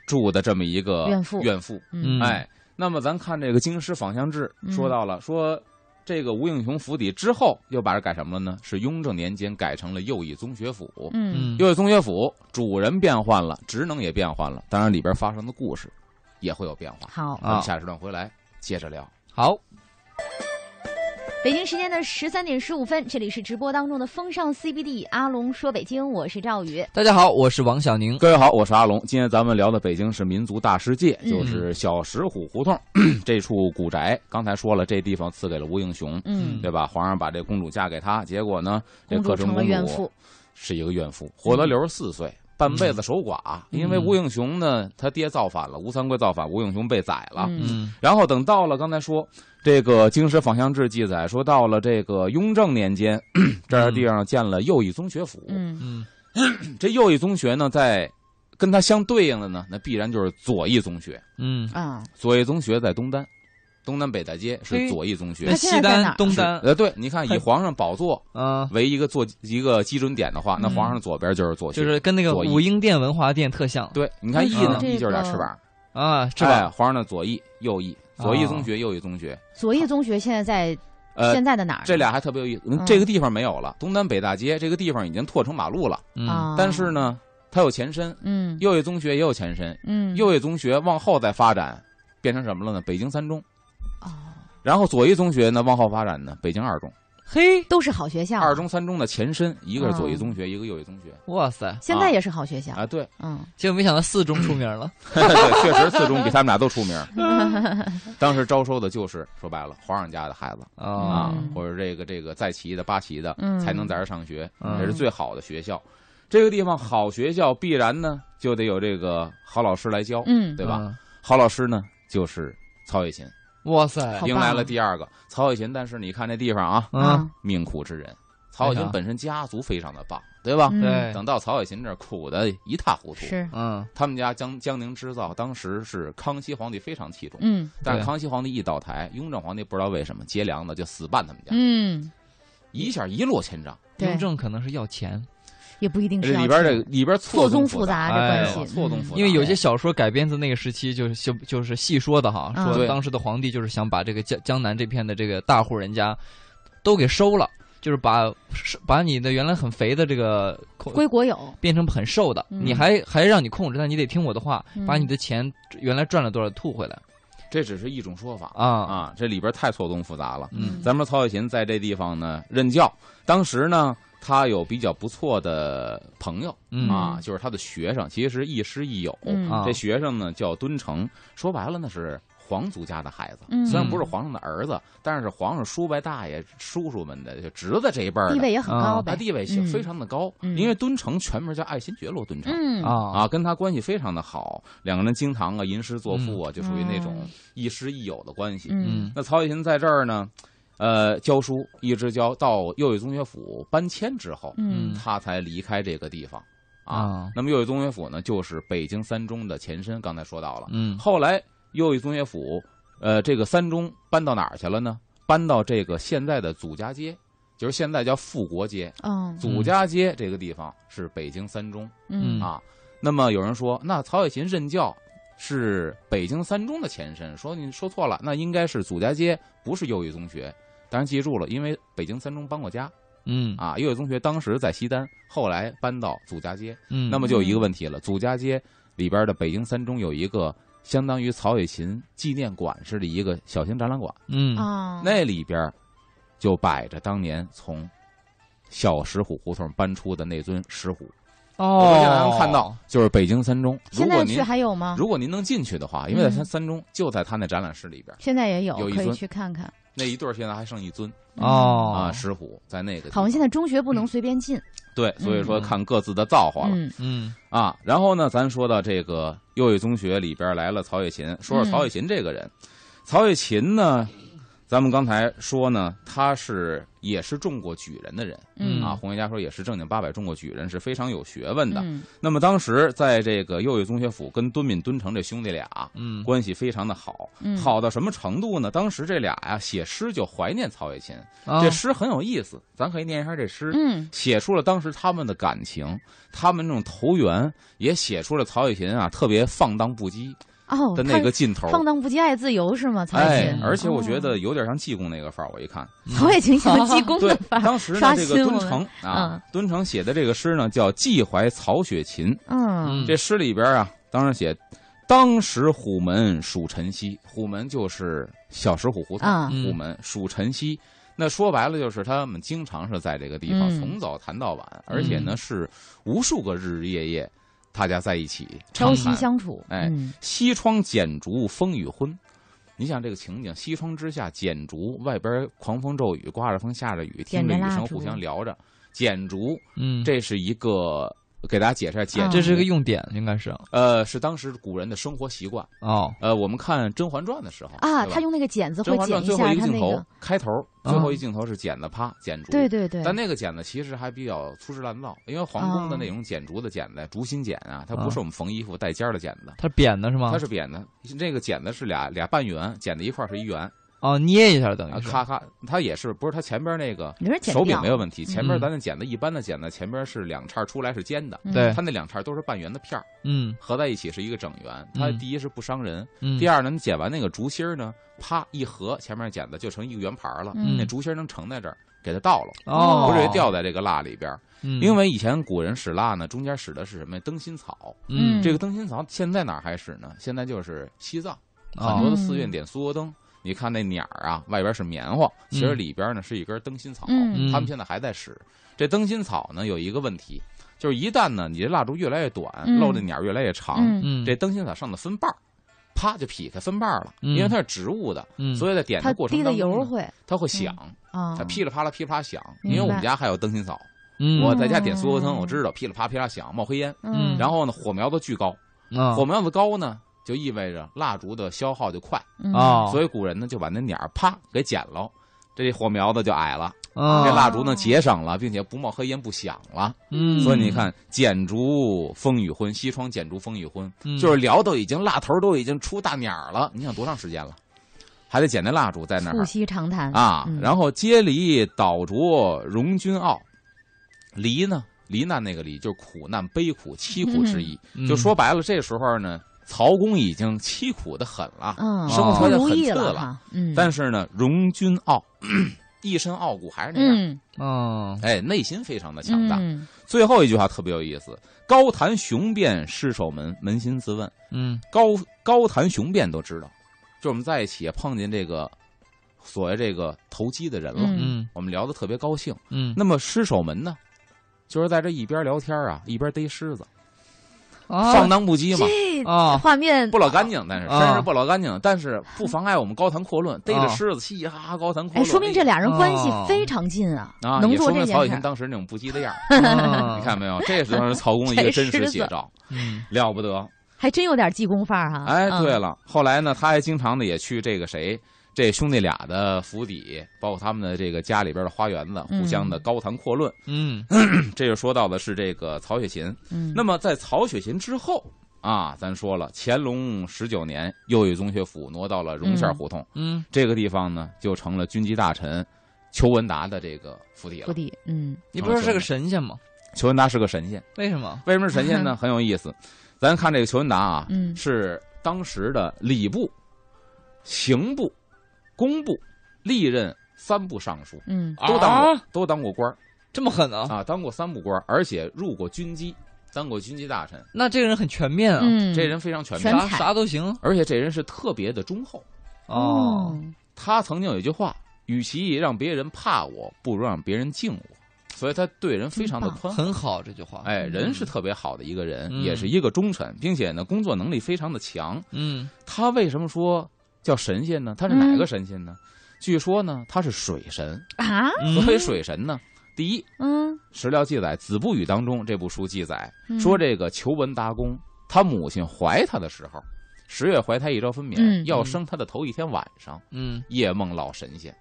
Speaker 3: 住的这么一个
Speaker 1: 怨妇
Speaker 3: 怨妇，
Speaker 1: 嗯
Speaker 2: 嗯
Speaker 3: 哎，那么咱看这个《京师访乡志》
Speaker 1: 嗯
Speaker 3: 说到了，说这个吴应熊府邸之后又把这改什么了呢？是雍正年间改成了右翼宗学府。
Speaker 1: 嗯
Speaker 2: 嗯，
Speaker 3: 右翼宗学府主人变换了，职能也变换了，当然里边发生的故事也会有变化。
Speaker 1: 好，
Speaker 3: 咱们
Speaker 2: 啊
Speaker 3: 下时段回来接着聊。
Speaker 2: 好，
Speaker 1: 北京时间的十三点十五分，这里是直播当中的风尚 CBD，阿龙说北京，我是赵宇。
Speaker 2: 大家好，我是王小宁。
Speaker 3: 各位好，我是阿龙。今天咱们聊的北京市民族大世界，
Speaker 1: 嗯
Speaker 3: 就是小石虎胡同 这处古宅。刚才说了，这地方赐给了吴应熊，
Speaker 1: 嗯，
Speaker 3: 对吧？皇上把这公主嫁给他，结果呢，嗯这
Speaker 1: 公
Speaker 3: 克
Speaker 1: 主
Speaker 3: 成
Speaker 1: 成了
Speaker 3: 公
Speaker 1: 怨
Speaker 3: 主
Speaker 1: 妇，嗯
Speaker 3: 是一个怨妇，活到六十四岁，半辈子守寡。因为吴应熊呢，他爹造反了，吴三桂造反，吴应熊被宰了。
Speaker 1: 嗯
Speaker 2: 嗯
Speaker 3: 然后等到了刚才说这个《京师访乡志》记载说，到了这个雍正年间， 这儿地上建了右翼宗学府。
Speaker 1: 嗯
Speaker 2: 嗯
Speaker 3: 这右翼宗学呢，在跟它相对应的呢，那必然就是左翼宗学。
Speaker 2: 嗯，
Speaker 1: 啊，
Speaker 3: 左翼宗学在东单，东单北大街是
Speaker 2: 嘿
Speaker 3: 左翼宗
Speaker 2: 那
Speaker 3: 学
Speaker 1: 它。
Speaker 2: 西
Speaker 1: 现在在哪
Speaker 2: 单
Speaker 1: 儿、
Speaker 2: 东
Speaker 3: 是
Speaker 2: 单，
Speaker 3: 呃，对，你看以皇上宝座
Speaker 2: 嗯，
Speaker 3: 为一个做一个基准点的话，那皇上左边就是左学。
Speaker 2: 就是跟那个
Speaker 3: 左翼
Speaker 2: 武英殿文华殿特像。
Speaker 3: 对，你看翼呢，
Speaker 1: 嗯
Speaker 3: 翼就是俩翅膀，
Speaker 2: 啊，是
Speaker 3: 哎
Speaker 2: 吧？
Speaker 3: 皇上的左翼、右翼，左翼
Speaker 2: 哦
Speaker 3: 宗学、右翼宗学。
Speaker 1: 左翼中学现在在、
Speaker 3: 呃，
Speaker 1: 现在的哪儿？
Speaker 3: 这俩还特别有意思，
Speaker 1: 嗯
Speaker 3: 这个地方没有了，东南北大街这个地方已经拓成马路了，
Speaker 2: 嗯
Speaker 1: 啊，
Speaker 3: 但是，呢，它有前身，
Speaker 1: 嗯
Speaker 3: 右翼宗学也有前身，
Speaker 1: 嗯，
Speaker 3: 右翼宗学往后再发展，变成什么了呢？北京三中，
Speaker 1: 哦，
Speaker 3: 然后左翼宗学呢往后发展呢，北京二中，
Speaker 2: 嘿，
Speaker 1: 都是好学校，
Speaker 3: 二中、三中的前身，一个是左翼
Speaker 1: 嗯
Speaker 3: 宗学，一个右翼宗学
Speaker 2: 哇塞！
Speaker 1: 现在也是好学校，
Speaker 3: 啊，对，
Speaker 1: 嗯，
Speaker 2: 结果没想到四中出名了。
Speaker 3: 对，确实四中比他们俩都出 名。嗯当时招收的就是说白了，皇上家的孩子啊
Speaker 2: 啊，
Speaker 1: 嗯，
Speaker 3: 或者这个这个在旗的、八旗的，
Speaker 1: 嗯
Speaker 3: 才能在这儿上学，
Speaker 2: 嗯
Speaker 3: 这是最好的学校。这个地方好学校，必然呢就得有这个好老师来教，
Speaker 1: 嗯
Speaker 3: 对吧？
Speaker 2: 嗯？
Speaker 3: 好老师呢就是曹雪芹，
Speaker 2: 哇塞
Speaker 1: 好！棒啊
Speaker 3: 迎来了第二个曹雪芹。但是你看这地方啊，
Speaker 2: 嗯，
Speaker 3: 命苦之人，曹雪
Speaker 2: 为
Speaker 3: 芹
Speaker 2: 啥
Speaker 3: 本身家族非常的棒，对吧？
Speaker 1: 哎嗯
Speaker 2: 对，
Speaker 3: 等到曹雪芹这儿苦的一塌糊涂。
Speaker 1: 是，
Speaker 2: 嗯
Speaker 3: 他们家江江宁织造，当时是康熙皇帝非常器重，
Speaker 1: 嗯
Speaker 3: 但是
Speaker 2: 对
Speaker 3: 康熙皇帝一倒台，雍正皇帝不知道为什么结梁子就死办他们家，
Speaker 1: 嗯，
Speaker 3: 一下一落千丈。
Speaker 1: 对
Speaker 2: 雍，正可能是要钱，
Speaker 1: 也不一定是
Speaker 3: 这
Speaker 1: 要
Speaker 3: 里边这
Speaker 1: 钱
Speaker 3: 个里边
Speaker 1: 错综
Speaker 3: 复
Speaker 1: 复
Speaker 3: 杂，
Speaker 1: 杂
Speaker 2: 哎
Speaker 1: 这
Speaker 3: 呦
Speaker 1: 关系，
Speaker 3: 错综
Speaker 1: 嗯
Speaker 3: 复杂
Speaker 2: 因为有些小说改编自那个时期，就是就就是细说的哈，
Speaker 1: 嗯
Speaker 2: 说
Speaker 3: 对
Speaker 2: 当时的皇帝就是想把这个江江南这片的这个大户人家都给收了，就是把是把你的原来很肥的这个控
Speaker 1: 嗯归国有，
Speaker 2: 变成很瘦的，
Speaker 1: 嗯
Speaker 2: 你还还让你控制，但你得听我的话，
Speaker 1: 嗯
Speaker 2: 把你的钱原来赚了多少吐回来
Speaker 3: 这只是一种说法
Speaker 2: 啊
Speaker 3: 啊，这里边太错综复杂了。
Speaker 2: 嗯
Speaker 3: 咱们曹雪芹在这地方呢任教，当时呢他有比较不错的朋友
Speaker 2: 嗯
Speaker 3: 啊，就是他的学生，其实亦师亦友。
Speaker 1: 嗯
Speaker 2: 啊
Speaker 3: 这学生呢叫敦诚，说白了那是皇族家的孩子，
Speaker 1: 嗯
Speaker 3: 虽然不是皇上的儿子，但是皇上叔伯大爷、叔叔们的就侄子这一辈儿
Speaker 1: 地
Speaker 3: 的，
Speaker 1: 位也很高
Speaker 2: 啊
Speaker 1: 呗
Speaker 3: 他，地位
Speaker 1: 嗯
Speaker 3: 非常的高。
Speaker 1: 嗯
Speaker 3: 因为敦诚全名叫爱新觉罗敦诚，
Speaker 1: 嗯
Speaker 2: 啊
Speaker 3: 啊，跟他关系非常的好，两个人经常啊吟诗作赋啊，就属于那种
Speaker 1: 嗯
Speaker 3: 亦师亦友的关系。
Speaker 1: 嗯
Speaker 2: 嗯
Speaker 3: 那曹雪芹在这儿呢，呃，教书一直教到右翼宗学府搬迁之后，
Speaker 1: 嗯
Speaker 3: 他才离开这个地方啊。
Speaker 2: 啊
Speaker 3: 那么右翼宗学府呢，就是北京三中的前身，刚才说到了。
Speaker 2: 嗯
Speaker 3: 后来右翼宗学府，呃，这个三中搬到哪儿去了呢？搬到这个现在的祖家街，就是现在叫富国街。
Speaker 1: 嗯
Speaker 3: 祖家街这个地方是北京三中。
Speaker 1: 嗯
Speaker 2: 嗯
Speaker 3: 啊。那么有人说，那曹雪芹任教是北京三中的前身，说你说错了，那应该是祖家街，不是右翼宗学。当然记住了，因为北京三中搬过家
Speaker 2: 嗯
Speaker 3: 啊，右翼宗学当时在西单，后来搬到祖家街。
Speaker 2: 嗯，
Speaker 3: 那么就有一个问题了，祖家街里边的北京三中有一个相当于曹雪芹纪念馆似的一个小型展览馆，
Speaker 2: 嗯
Speaker 1: 啊，
Speaker 3: 那里边就摆着当年从小石虎胡同搬出的那尊石虎。我现在能看到，就是北京三中。如
Speaker 1: 哦现
Speaker 3: 果
Speaker 1: 在
Speaker 3: 您
Speaker 1: 去还有吗？
Speaker 3: 如果您能进去的话，因为在
Speaker 1: 嗯
Speaker 3: 三三中就在他那展览室里边，
Speaker 1: 现在也有
Speaker 3: 有一
Speaker 1: 可以
Speaker 3: 尊
Speaker 1: 去看看
Speaker 3: 那一对儿现在还剩一尊
Speaker 2: 哦
Speaker 3: 啊，石虎在那个地
Speaker 1: 嗯
Speaker 3: 方。
Speaker 1: 好像现在中学不能随便进，
Speaker 3: 对，所以说
Speaker 2: 嗯
Speaker 3: 看各自的造化了
Speaker 1: 嗯
Speaker 2: 嗯
Speaker 3: 啊。然后呢，咱说到这个右翼宗学里边来了曹雪芹，说
Speaker 1: 嗯
Speaker 3: 说曹雪芹这个人。曹雪芹呢，咱们刚才说呢，他是也是中过举人的人
Speaker 1: 嗯
Speaker 3: 啊。洪学家说也是正经八百中过举人，是非常有学问的。
Speaker 1: 嗯
Speaker 3: 那么当时在这个右翼宗学府跟敦敏、敦诚这兄弟俩
Speaker 2: 嗯
Speaker 3: 关系非常的好，
Speaker 1: 嗯
Speaker 3: 好到什么程度呢？当时这俩呀、写诗就怀念曹雪芹，
Speaker 2: 啊
Speaker 3: 这诗很有意思，咱可以念一下这诗。
Speaker 1: 哦嗯
Speaker 3: 写出了当时他们的感情，他们那种投缘，也写出了曹雪芹啊特别放荡不羁，
Speaker 1: 哦，
Speaker 3: 的那个劲头
Speaker 1: 他。放荡不羁、爱自由是吗？曹哦雪
Speaker 3: 哎
Speaker 1: 芹，，
Speaker 3: 而且我觉得有点像济公那个范儿。我一看，
Speaker 1: 哦曹雪芹像济公
Speaker 3: 对
Speaker 1: 的，法，
Speaker 3: 当时呢
Speaker 1: 刷，
Speaker 3: 这
Speaker 1: 新
Speaker 3: 个 敦
Speaker 1: 我们
Speaker 3: 诚啊，敦诚写的这个诗呢叫《寄怀曹雪芹》。
Speaker 1: 嗯
Speaker 2: 嗯
Speaker 3: 这诗里边啊，当然写，当时虎门属晨曦，虎门就是小石虎胡同，
Speaker 1: 啊
Speaker 2: 嗯
Speaker 3: 虎门属晨曦。那说白了就是他们经常是在这个地方
Speaker 1: 嗯
Speaker 3: 从早谈到晚，而且呢是无数个日日夜夜，大家在一起
Speaker 1: 朝
Speaker 3: 畅
Speaker 1: 夕
Speaker 3: 谈。
Speaker 1: 相处，
Speaker 3: 哎
Speaker 1: 嗯
Speaker 3: 西窗剪烛风雨昏，你想这个情景，西窗之下剪烛，外边狂风骤雨，刮着风下着雨，
Speaker 1: 点
Speaker 3: 听
Speaker 1: 着
Speaker 3: 着雨
Speaker 1: 蜡
Speaker 3: 声
Speaker 1: 烛嗯
Speaker 3: 互相聊着，剪烛
Speaker 2: 嗯，
Speaker 3: 这是一个给大家解释一下，剪
Speaker 1: 啊
Speaker 2: 这是个
Speaker 3: 烛
Speaker 2: 用典，应该是
Speaker 3: 呃，是当时古人的生活习惯。
Speaker 2: 哦，
Speaker 3: 呃，我们看《甄嬛传》的时候
Speaker 1: 啊，
Speaker 3: 对吧
Speaker 1: 他用那个剪子
Speaker 3: 甄
Speaker 1: 会
Speaker 3: 嬛传》
Speaker 1: 剪
Speaker 3: 最后
Speaker 1: 下
Speaker 3: 一
Speaker 1: 他
Speaker 3: 镜
Speaker 1: 那
Speaker 3: 头、
Speaker 1: 个，
Speaker 3: 开头，
Speaker 2: 啊
Speaker 3: 最后一镜头是剪子啪剪竹，
Speaker 1: 对对对，
Speaker 3: 但那个剪子其实还比较粗制滥造，因为皇宫的那种剪竹的剪子，竹心剪啊，它不是我们缝衣服带尖儿的剪子，
Speaker 2: 它是扁的是吗？
Speaker 3: 它是扁的。那个剪子是俩俩半圆，剪在一块儿是一圆，
Speaker 2: 哦，捏一下等
Speaker 3: 啊
Speaker 2: 于是
Speaker 3: 咔咔，它也是不是它前边那个
Speaker 1: 你说剪
Speaker 3: 手柄
Speaker 1: 掉
Speaker 3: 没有问题，前边
Speaker 2: 嗯
Speaker 3: 咱那剪子一般的剪子前边是两杈出来是尖的，
Speaker 1: 嗯
Speaker 2: 对
Speaker 3: 它那两杈都是半圆的片儿，
Speaker 2: 嗯
Speaker 3: 合在一起是一个整圆。它
Speaker 2: 嗯
Speaker 3: 第一是不伤人，
Speaker 2: 嗯，
Speaker 3: 第
Speaker 2: 二
Speaker 3: 二呢，你剪完那个竹芯儿呢，啪一合，前面剪的就成一个圆盘儿了，
Speaker 1: 嗯
Speaker 3: 那竹芯儿能盛在这儿，给它倒了，
Speaker 2: 哦，
Speaker 3: 不至于掉在这个蜡里边儿。
Speaker 2: 嗯，
Speaker 3: 因为以前古人使蜡呢，中间使的是什么呀？灯芯草。
Speaker 2: 嗯
Speaker 3: 这个灯芯草现在哪儿还使呢？现在就是西藏很
Speaker 2: 哦
Speaker 3: 多的寺院点苏俄灯，你看那捻儿啊，外边是棉花，
Speaker 2: 嗯
Speaker 3: 其实里边呢是一根灯芯草。
Speaker 1: 嗯
Speaker 3: 他们现在还在使这灯芯草呢，有一个问题，就是一旦呢你这蜡烛越来越短，
Speaker 1: 嗯
Speaker 3: 露的捻儿越来越长，
Speaker 1: 嗯，
Speaker 2: 嗯
Speaker 3: 这灯芯草上的分瓣儿，啪就劈开分瓣儿了，
Speaker 2: 嗯
Speaker 3: 因为它是植物的，
Speaker 2: 嗯
Speaker 3: 所以在点
Speaker 1: 他
Speaker 3: 的过
Speaker 1: 滴
Speaker 3: 程
Speaker 1: 的
Speaker 3: 当中
Speaker 1: 油
Speaker 3: 呢，
Speaker 1: 会
Speaker 3: 它会响，
Speaker 1: 啊
Speaker 3: 它，噼里啪啦噼里啪啦响。因
Speaker 1: 明白
Speaker 3: 为我们家还有灯芯草，
Speaker 2: 嗯
Speaker 3: 我在家点酥油灯，
Speaker 1: 嗯
Speaker 3: 我知道噼里啪啦噼里啪啦响，冒黑烟。
Speaker 1: 嗯，
Speaker 3: 然后呢，火苗子巨高，
Speaker 2: 啊
Speaker 3: 火苗子高呢，就意味着蜡烛的消耗就快，
Speaker 1: 嗯
Speaker 2: 哦，
Speaker 3: 所以古人呢就把那捻儿啪给剪喽。这火苗子就矮了，
Speaker 2: 啊
Speaker 3: 这蜡烛呢节省了，并且不冒黑烟不响了。
Speaker 2: 嗯，
Speaker 3: 所以你看，剪烛风雨昏，西窗剪烛风雨昏，
Speaker 2: 嗯
Speaker 3: 就是聊都已经蜡头都已经出大捻儿了，你想多长时间了？还得捡那蜡烛在那
Speaker 1: 促
Speaker 3: 儿
Speaker 1: 膝长谈
Speaker 3: 啊，
Speaker 1: 嗯
Speaker 3: 然后接离岛斫容君傲，离呢，离难那个离就是苦难、悲苦、凄苦之意。
Speaker 2: 嗯
Speaker 3: 就说白了，这时候呢，曹公已经凄苦的很了，
Speaker 1: 嗯，
Speaker 3: 生
Speaker 2: 活
Speaker 1: 不
Speaker 3: 得
Speaker 1: 如
Speaker 3: 很
Speaker 1: 意
Speaker 3: 次
Speaker 1: 了
Speaker 3: 了
Speaker 1: 哈，嗯，
Speaker 3: 但是呢，容君傲， 一身傲骨还是那样，
Speaker 1: 嗯
Speaker 2: 哦，
Speaker 3: 哎，内心非常的强大。
Speaker 1: 嗯
Speaker 3: 最后一句话特别有意思：“高谈雄辩，失守门。扪心自问，
Speaker 2: 嗯
Speaker 3: 高高谈雄辩都知道，就我们在一起碰见这个所谓这个投机的人了，
Speaker 1: 嗯
Speaker 2: 嗯
Speaker 3: 我们聊得特别高兴。
Speaker 2: 嗯，
Speaker 3: 那么失守门呢，就是在这一边聊天啊，一边逮狮子，
Speaker 2: 啊
Speaker 3: 放荡不羁嘛，
Speaker 1: 这
Speaker 2: 啊
Speaker 1: 画面
Speaker 3: 不老干净，但是
Speaker 2: 啊
Speaker 3: 真是不老干净，但是不妨碍我们高谈阔论，逮着狮子嘻嘻哈哈高谈阔
Speaker 1: 啊哎，
Speaker 3: 论。
Speaker 1: 说明这俩人关系
Speaker 2: 哦
Speaker 1: 非常近啊，
Speaker 3: 啊，
Speaker 1: 能
Speaker 3: 也
Speaker 1: 做
Speaker 3: 说
Speaker 1: 这
Speaker 3: 明
Speaker 1: 件
Speaker 3: 曹雪
Speaker 1: 事
Speaker 3: 芹
Speaker 1: 儿，
Speaker 3: 当时那种不羁的样儿，
Speaker 2: 啊
Speaker 3: 嗯你看没有？这是当时曹公的一个
Speaker 1: 逮狮
Speaker 3: 真
Speaker 1: 子
Speaker 3: 实写 照，
Speaker 2: 嗯
Speaker 3: 了不得。
Speaker 1: 还真有点济公范儿哈。
Speaker 3: 哎，
Speaker 1: 嗯
Speaker 3: 对，了，后来呢，他还经常的也去这个谁，这兄弟俩的府邸，包括他们的这个家里边的花园子，
Speaker 1: 嗯
Speaker 3: 互相的高谈阔论。
Speaker 2: 嗯
Speaker 3: 这就说到的是这个曹雪芹。
Speaker 1: 嗯，
Speaker 3: 那么在曹雪芹之后啊，咱说了，乾隆十九年，右翼宗学府挪到了荣县胡同、
Speaker 2: 嗯
Speaker 3: 这个地方呢，就成了军机大臣裘文达的这个府邸
Speaker 1: 徒
Speaker 3: 了。
Speaker 1: 弟，嗯
Speaker 2: 你不是说是个神仙吗？
Speaker 3: 裘文达是个神仙，
Speaker 2: 为什么？
Speaker 3: 为什么是神仙呢？很有意思。咱看这个裘文达啊，
Speaker 1: 嗯
Speaker 3: 是当时的礼部、刑部、工部历任三部尚书，
Speaker 1: 嗯，
Speaker 3: 都当过、
Speaker 2: 啊
Speaker 3: 都当过官儿
Speaker 2: 这么狠啊？
Speaker 3: 啊，当过三部官儿，而且入过军机，当过军机大臣。
Speaker 2: 那这个人很全面啊，
Speaker 1: 嗯，
Speaker 3: 这人非常全面，
Speaker 1: 全
Speaker 2: 啥
Speaker 1: 彩
Speaker 2: 啥都行
Speaker 3: 而且这人是特别的忠厚。
Speaker 2: 哦。
Speaker 3: 他曾经有一句话：“与其让别人怕我，不如让别人敬我。”所以他对人非常的
Speaker 1: 真嗯
Speaker 3: 宽厚。
Speaker 2: 很好，这句话。
Speaker 3: 哎，人是特别好的一个人，
Speaker 2: 嗯
Speaker 3: 也是一个忠臣，并且呢，工作能力非常的强。
Speaker 2: 嗯，
Speaker 3: 他为什么说叫神仙呢？他是哪个神仙呢？据说呢，他是水神。
Speaker 1: 哦啊，
Speaker 2: 嗯
Speaker 3: 所以水神呢，第一，
Speaker 1: 嗯，
Speaker 3: 史料记载《子不语》当中这部书记载
Speaker 1: 嗯
Speaker 3: 说，这个求文达公他母亲怀他的时候，十月怀胎一朝分娩，
Speaker 1: 嗯
Speaker 3: 要生他的头一天晚上，
Speaker 2: 嗯
Speaker 3: 夜梦老神仙，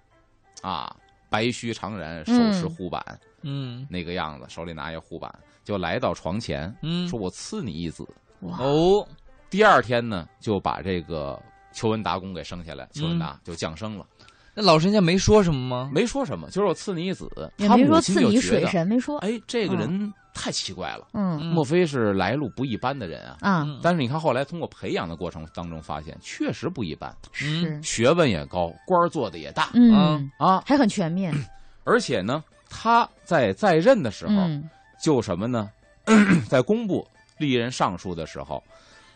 Speaker 3: 啊，白须长髯，手持护板、
Speaker 2: 嗯
Speaker 3: 那个样子，手里拿一护板，就来到床前，
Speaker 2: 嗯
Speaker 3: 说我赐你一子。
Speaker 1: 哇，
Speaker 2: 哦，
Speaker 3: 第二天呢，就把这个求文达公给生下来，求文达就降生了。
Speaker 2: 那老人家没说什么吗？
Speaker 3: 没说什么，就是我赐你一子。
Speaker 1: 也
Speaker 3: 他
Speaker 1: 没说
Speaker 3: 母亲
Speaker 1: 赐
Speaker 3: 就
Speaker 1: 你
Speaker 3: 觉
Speaker 1: 水
Speaker 3: 得，
Speaker 1: 神，没说，
Speaker 3: 哎，这个
Speaker 1: 嗯
Speaker 3: 人太奇怪了，
Speaker 1: 嗯
Speaker 2: 嗯
Speaker 3: 莫非是来路不一般的人啊？
Speaker 1: 啊，
Speaker 2: 嗯
Speaker 3: 但是你看，后来通过培养的过程当中，发现确实不一般，
Speaker 1: 是，
Speaker 2: 嗯
Speaker 3: 学问也高，官儿做的也大
Speaker 1: 嗯，
Speaker 3: 啊。
Speaker 1: 还很全面，
Speaker 3: 而且呢，他在在任的时候，
Speaker 1: 嗯
Speaker 3: 就什么呢？ 在公布历任尚书的时候，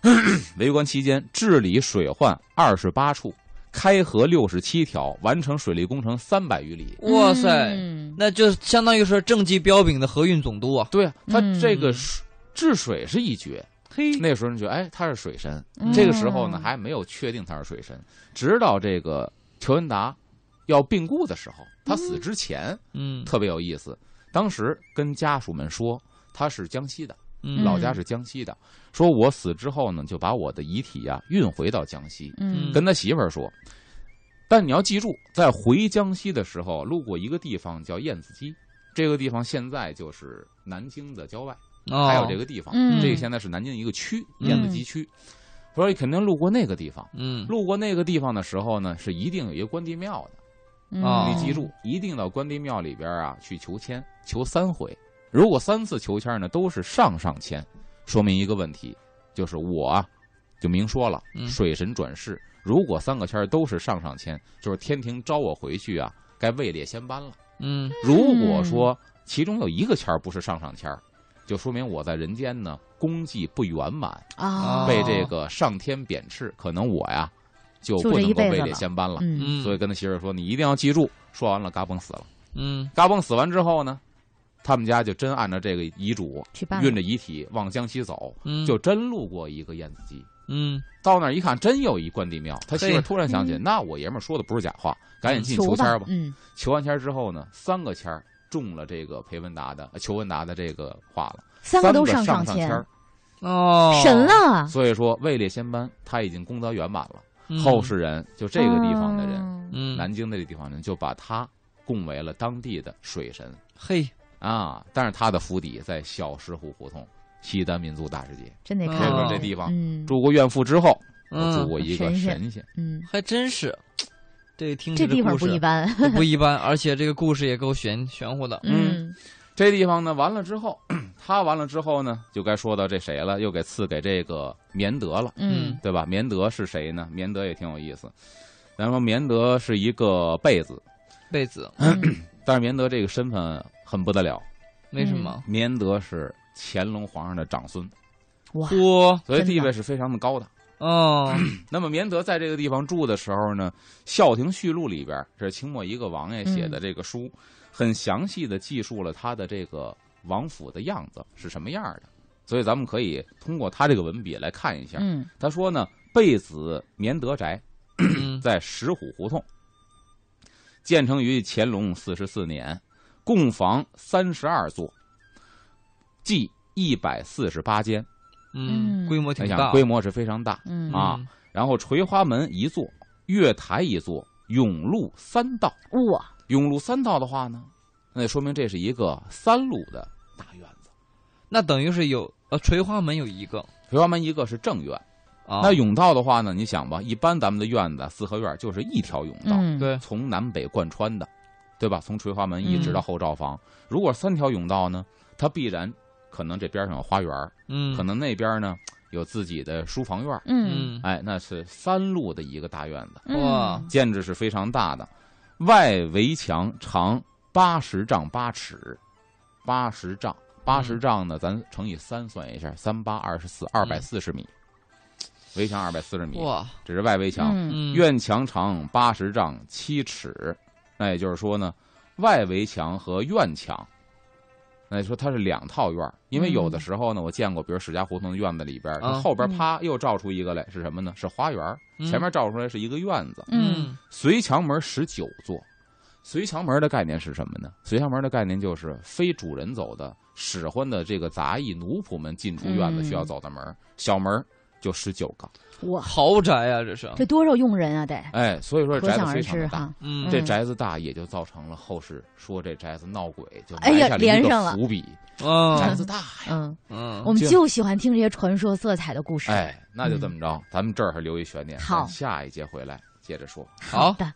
Speaker 3: 为官期间治理水患二十八处，开河六十七条，完成水利工程三百余里。
Speaker 2: 哇塞，
Speaker 1: 嗯
Speaker 2: 那就相当于是政绩彪炳的河运总督啊！
Speaker 3: 对啊，他
Speaker 1: 嗯
Speaker 3: 这个水治水是一绝。
Speaker 2: 嘿
Speaker 3: 那时候人觉得，哎，他是水神。这个时候呢，
Speaker 1: 嗯
Speaker 3: 还没有确定他是水神，直到这个乔恩达要病故的时候，他死之前
Speaker 2: 嗯，
Speaker 3: 特别有意思。当时跟家属们说，他是江西的。
Speaker 2: 嗯
Speaker 3: 老家是江西的，说我死之后呢，就把我的遗体呀、运回到江西，
Speaker 1: 嗯
Speaker 3: 跟他媳妇儿说。但你要记住，在回江西的时候，路过一个地方叫燕子矶，这个地方现在就是南京的郊外，
Speaker 2: 哦
Speaker 3: 还有这个地方，
Speaker 1: 嗯
Speaker 3: 这个现在是南京一个区，
Speaker 2: 嗯
Speaker 3: 燕子矶区。我说肯定路过那个地方，
Speaker 2: 嗯
Speaker 3: 路过那个地方的时候呢，是一定有一个关帝庙的。
Speaker 1: 嗯
Speaker 2: 哦
Speaker 3: 你记住，一定到关帝庙里边啊去求签，求三回。如果三次求签呢都是上上签，说明一个问题，就是我啊，就明说了，
Speaker 2: 嗯
Speaker 3: 水神转世。如果三个签都是上上签，就是天庭招我回去啊，该位列仙班了。
Speaker 2: 嗯
Speaker 3: 如果说其中有一个签儿不是上上签儿，就说明我在人间呢功绩不圆满，
Speaker 1: 啊，
Speaker 3: 被这个上天贬斥，可能我呀就
Speaker 1: 就
Speaker 3: 不
Speaker 1: 这
Speaker 3: 能
Speaker 1: 一
Speaker 3: 够
Speaker 1: 辈
Speaker 3: 位
Speaker 1: 子
Speaker 3: 列
Speaker 1: 了
Speaker 3: 仙班了。
Speaker 1: 嗯
Speaker 2: 嗯，
Speaker 3: 所以跟他媳妇儿说：“你一定要记住。”说完了，嘎嘣死了。
Speaker 2: 嗯
Speaker 3: 嘎嘣死完之后呢，他们家就真按照这个遗嘱，
Speaker 1: 去办
Speaker 3: 运着遗体往江西走，
Speaker 2: 嗯
Speaker 3: 就真路过一个燕子矶。
Speaker 2: 嗯
Speaker 3: 到那儿一看，真有一关帝庙。他媳妇
Speaker 2: 嘿
Speaker 3: 儿突然想起，
Speaker 1: 嗯
Speaker 3: 那我爷们儿说的不是假话，赶紧进去
Speaker 1: 求
Speaker 3: 求签儿吧。
Speaker 1: 嗯
Speaker 3: 求完签儿之后呢，三个签儿中了这个裴文达的、呃裘文达的这个话了，
Speaker 1: 三
Speaker 3: 个
Speaker 1: 个都
Speaker 3: 上
Speaker 1: 上
Speaker 3: 上
Speaker 1: 签
Speaker 3: 签，儿。
Speaker 2: 哦，
Speaker 1: 神了，啊
Speaker 3: 所以说位列仙班，他已经功德圆满了。
Speaker 2: 嗯
Speaker 3: 后世人就这个地方的人，
Speaker 1: 人，
Speaker 2: 嗯
Speaker 3: 南京的这地方人，就把他供为了当地的水神。
Speaker 2: 嘿
Speaker 3: 啊，但是他的府邸在小石湖胡同西单民族大世界。
Speaker 1: 真得
Speaker 2: 哦
Speaker 3: 所
Speaker 1: 看
Speaker 3: 以说
Speaker 1: 看
Speaker 3: 这地方
Speaker 1: 嗯
Speaker 3: 住过怨妇之后，我
Speaker 2: 嗯
Speaker 3: 住过一个
Speaker 1: 神仙
Speaker 3: 神仙。
Speaker 1: 嗯，
Speaker 2: 还真是，这听
Speaker 1: 这
Speaker 2: 着
Speaker 1: 地方
Speaker 2: 故
Speaker 1: 不
Speaker 2: 事
Speaker 1: 一般，
Speaker 2: 这不一般，而且这个故事也够玄玄乎的。
Speaker 1: 嗯
Speaker 3: 这地方呢，完了之后， 他完了之后呢，就该说到这谁了，又给赐给这个棉德了，
Speaker 1: 嗯
Speaker 3: 对吧？棉德是谁呢？棉德也挺有意思。咱说棉德是一个贝子，
Speaker 2: 贝子
Speaker 1: 嗯
Speaker 3: 但是棉德这个身份很不得了，
Speaker 2: 为什么？
Speaker 3: 棉德是乾隆皇上的长孙，
Speaker 1: 嗯哇，
Speaker 2: 嚯
Speaker 1: 真
Speaker 3: 所以
Speaker 1: 的啊
Speaker 3: 地位是非常的高的。
Speaker 2: 哦，
Speaker 3: 那么绵德在这个地方住的时候呢，《孝亭序录》里边，这是清末一个王爷写
Speaker 2: 嗯
Speaker 3: 的这个书，很详细的记述了他的这个王府的样子是什么样的。所以咱们可以通过他这个文笔来看一下。
Speaker 1: 嗯
Speaker 3: 他说呢，贝子绵德宅
Speaker 2: 嗯
Speaker 3: 在石虎胡同，建成于乾隆四十四年，供房三十二座，计一百四十八间，
Speaker 2: 嗯，
Speaker 1: 嗯
Speaker 2: 规模挺
Speaker 3: 你想
Speaker 2: 大，
Speaker 3: 规模是非常大。
Speaker 1: 嗯
Speaker 3: 啊然后垂花门一座，月台一座，甬路三道。
Speaker 1: 哇，
Speaker 3: 甬路三道的话呢，那说明这是一个三路的大院子。
Speaker 2: 那等于是有呃垂花门有一个
Speaker 3: 垂花门一个是正院，
Speaker 2: 啊，
Speaker 3: 那甬道的话呢，你想吧，一般咱们的院子四合院就是一条甬道，
Speaker 1: 嗯
Speaker 2: 对，
Speaker 3: 从南北贯穿的，对吧？从垂花门一直到
Speaker 2: 嗯
Speaker 3: 后罩房。如果三条甬道呢，它必然可能这边上有花园，
Speaker 2: 嗯，
Speaker 3: 可能那边呢有自己的书房院。
Speaker 1: 嗯
Speaker 2: 嗯
Speaker 3: 哎，那是三路的一个大院子。
Speaker 1: 嗯
Speaker 2: 哇
Speaker 3: 建制是非常大的，外围墙长八十丈八尺，八十丈，八
Speaker 1: 嗯
Speaker 3: 十丈呢，咱乘以三算一下，三八二十四，二
Speaker 1: 嗯
Speaker 3: 百四十米，围墙二百四十米，
Speaker 2: 哇，
Speaker 3: 这是外围墙。
Speaker 1: 嗯
Speaker 2: 嗯
Speaker 3: 院墙长八十丈七尺，那也就是说呢，外围墙和院墙。那你说它是两套院儿因为有的
Speaker 1: 嗯
Speaker 3: 时候呢，我见过，比如史家胡同的院子里边儿，它
Speaker 2: 啊
Speaker 3: 后边
Speaker 1: 嗯
Speaker 3: 啪又照出一个来，是什么呢？是花园儿
Speaker 2: 嗯
Speaker 3: 前面照出来是一个院子，
Speaker 1: 嗯
Speaker 3: 随墙门十九座，随墙门的概念是什么呢？随墙门的概念就是非主人走的，使唤的这个杂役奴仆们进出院子
Speaker 1: 嗯
Speaker 3: 需要走的门，小门就十九个。
Speaker 1: 哇，
Speaker 2: 豪宅啊，这是
Speaker 1: 这多少佣人啊得，
Speaker 3: 哎，所以说
Speaker 1: 可
Speaker 3: 宅
Speaker 1: 想
Speaker 3: 子非
Speaker 1: 而
Speaker 3: 常
Speaker 1: 知
Speaker 3: 的大。
Speaker 1: 哈，
Speaker 2: 嗯
Speaker 3: 这宅子大，也就造成了后世说这宅子闹鬼，就
Speaker 1: 哎呀
Speaker 3: 埋下一
Speaker 1: 连上
Speaker 3: 个
Speaker 1: 了
Speaker 3: 伏笔。宅
Speaker 2: 嗯
Speaker 3: 子大呀，
Speaker 1: 嗯，
Speaker 2: 嗯
Speaker 1: 我们
Speaker 3: 就
Speaker 1: 就喜欢听这些传说色彩的故事，
Speaker 3: 哎，那就这么着，咱们这儿还留一悬念，
Speaker 1: 嗯好
Speaker 3: 咱下一节回来接着说。
Speaker 1: 好
Speaker 2: 好
Speaker 1: 的。